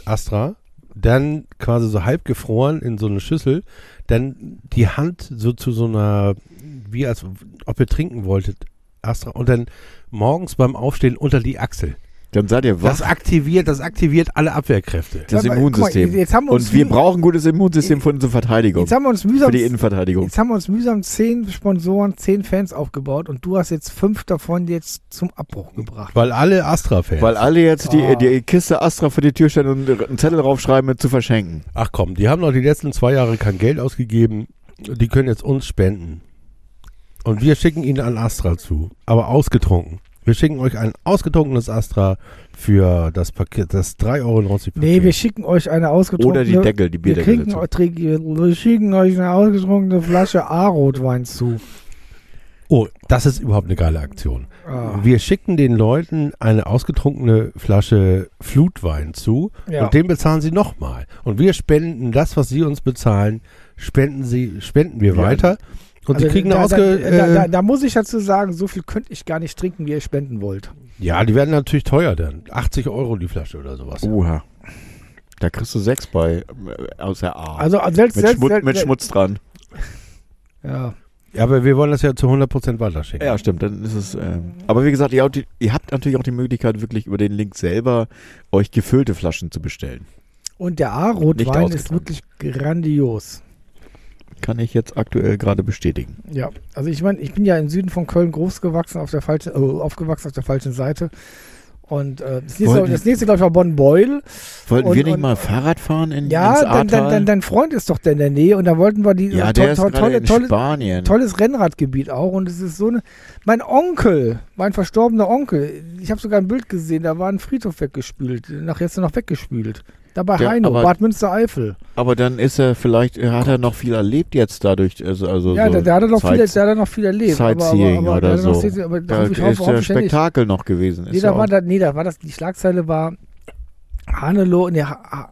Astra, dann quasi so halb gefroren in so eine Schüssel, dann die Hand so zu so einer, wie als ob ihr trinken wolltet, Astra, und dann morgens beim Aufstehen unter die Achsel. Dann seid ihr Das was? aktiviert, das aktiviert alle Abwehrkräfte. Das Guck mal, Immunsystem. jetzt haben wir uns und wir wie- brauchen ein gutes Immunsystem für unsere Verteidigung. jetzt haben wir uns Für mühsam, die Innenverteidigung. jetzt haben wir uns mühsam zehn Sponsoren, zehn Fans aufgebaut und du hast jetzt fünf davon jetzt zum Abbruch gebracht. Weil alle Astra-Fans. Weil alle jetzt Ah. die, die Kiste Astra vor die Tür stellen und einen Zettel draufschreiben mit zu verschenken. Ach komm, die haben doch die letzten zwei Jahre kein Geld ausgegeben. Die können jetzt uns spenden. Und wir schicken ihnen ein Astra zu, aber ausgetrunken. Wir schicken euch ein ausgetrunkenes Astra für das Paket, das 3,90 Euro Paket. Nee, wir schicken euch eine ausgetrunkene... Oder die Deckel, die wir, Bierdeckel kriegen, dazu. trinken- wir schicken euch eine ausgetrunkene Flasche A-Rotwein zu. oh, das ist überhaupt eine geile Aktion. Ah, Wir schicken den Leuten eine ausgetrunkene Flasche Flutwein zu ja. und den bezahlen sie nochmal. Und wir spenden das, was sie uns bezahlen, spenden sie, spenden wir Ja. weiter. Und sie Also kriegen eine da, ausge... da, da, äh, da, da muss ich dazu sagen, so viel könnte ich gar nicht trinken, wie ihr spenden wollt. Ja, die werden natürlich teuer dann. 80 Euro die Flasche oder sowas. Oha. Da kriegst du sechs bei äh, aus der A. Also selbst, mit, selbst, Schmutz, selbst mit Schmutz dran. Ja. Ja, aber wir wollen das ja zu 100% weiterschicken. Ja, stimmt. Dann ist es. ähm, aber wie gesagt, ihr habt, die, ihr habt natürlich auch die Möglichkeit, wirklich über den Link selber euch gefüllte Flaschen zu bestellen. Und der Nicht A-Rotwein ist ausgetrunken. wirklich grandios. Kann ich jetzt aktuell gerade bestätigen. Ja, also ich meine, ich bin ja im Süden von Köln groß gewachsen, auf der falschen, äh, aufgewachsen auf der falschen Seite. Und äh, das nächste, Wollten- das nächste glaube ich, war Bonn-Beul. Wollten Und- wir nicht und- mal Fahrrad fahren in, ins Ja, dein, dein, Ahrtal? dein, dein Freund ist doch da in der Nähe und da wollten wir die äh, ja, to- der ist to- gerade tolle, in tolle, Spanien. tolles Rennradgebiet auch und es ist so eine. Mein Onkel, mein verstorbener Onkel, ich habe sogar ein Bild gesehen, da war ein Friedhof weggespült, nachher ist er noch weggespült. Da bei Ja, Heino, aber- Bad Münstereifel. Aber dann ist er vielleicht, hat er noch viel erlebt jetzt dadurch. Also, also Ja, so da, da, hat er noch viel, Zeit- da hat er noch viel erlebt. aber- aber, Sightseeing aber, oder da hat er noch so. sehr- Aber da Da hoffe ich, hoffe, ist hoffe der ich ja nicht. Spektakel noch gewesen. Ist Nee, ja da war auch- da, nee, da war das, die Schlagzeile war Hanelo, nee, ha, ha,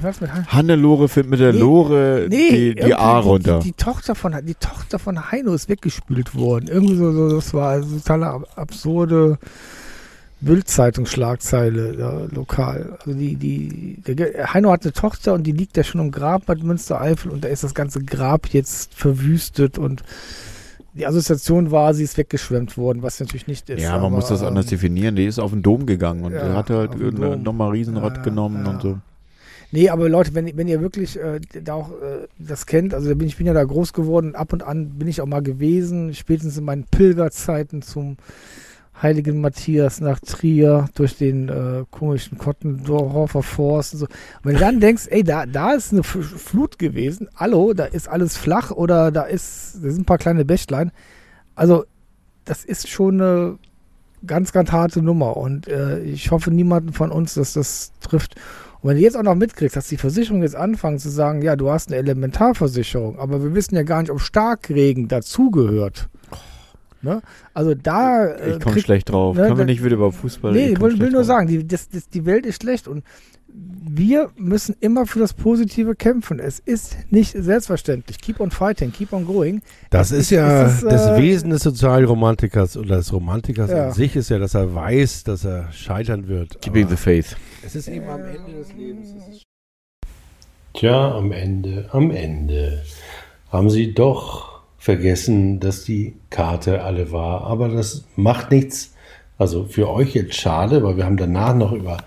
was mit Han Hannelore findet mit der Nee, Lore Äh, die, die irgendwie A runter. Die, die, Tochter von, die Tochter von Heino ist weggespült worden. Irgendwie so, so das war also total ab- absurde Bildzeitungsschlagzeile ja, lokal. Also die, die, der, Ge- Heino hat eine Tochter und die liegt ja schon im Grab Bad Münstereifel und da ist das ganze Grab jetzt verwüstet und die Assoziation war, sie ist weggeschwemmt worden, was natürlich nicht ist. ja, man muss das ähm, anders definieren. Die ist auf den Dom gegangen und ja, hat halt auf den Dom. nochmal Riesenrad Ja, genommen ja. und so. Nee, aber Leute, wenn, wenn ihr wirklich äh, da auch äh, das kennt, also da bin ich bin ja da groß geworden, ab und an bin ich auch mal gewesen, spätestens in meinen Pilgerzeiten zum Heiligen Matthias nach Trier durch den äh, komischen Kottendorfer Forst und so. Und wenn du dann denkst, ey, da, da ist eine F Flut gewesen, hallo, da ist alles flach oder da ist, da sind ein paar kleine Bächlein. Also, das ist schon eine ganz, ganz harte Nummer und äh, ich hoffe niemanden von uns, dass das trifft. Und wenn du jetzt auch noch mitkriegst, dass die Versicherung jetzt anfangen zu sagen, ja, du hast eine Elementarversicherung, aber wir wissen ja gar nicht, ob Starkregen dazugehört. Ne? Also da äh, Ich komme kriegt- schlecht drauf. ne, Können wir da- nicht wieder über Fußball Nee, ich ich komm will, will schlecht nur drauf. sagen, die, das, das, die Welt ist schlecht und wir müssen immer für das Positive kämpfen. Es ist nicht selbstverständlich. Keep on fighting, keep on going. Das Es ist ja es ist, das äh, Wesen des Sozialromantikers oder des Romantikers Ja. an sich ist ja, dass er weiß, dass er scheitern wird. Keeping the Aber faith. es ist eben am Ende des Lebens. Es ist Tja, am Ende, am Ende haben sie doch vergessen, dass die Karte alle war. Aber das macht nichts. Also für euch jetzt schade, weil wir haben danach noch über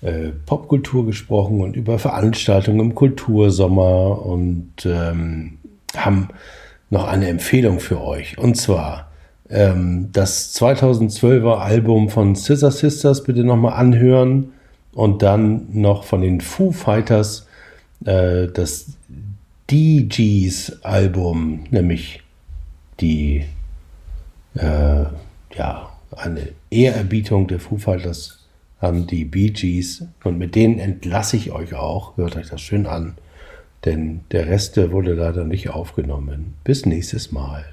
äh, Popkultur gesprochen und über Veranstaltungen im Kultursommer und ähm, haben noch eine Empfehlung für euch. Und zwar ähm, das 2012er Album von Scissor Sisters bitte nochmal anhören und dann noch von den Foo Fighters äh, das DGs Album, nämlich die äh, ja, eine Ehrerbietung der Foo Fighters an die Bee Gees. Und mit denen entlasse ich euch auch. Hört euch das schön an. denn der Rest äh, wurde leider nicht aufgenommen. Bis nächstes Mal.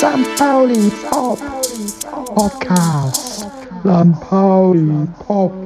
Sam Pauli Pop Podcast. Sam Pauli Pop.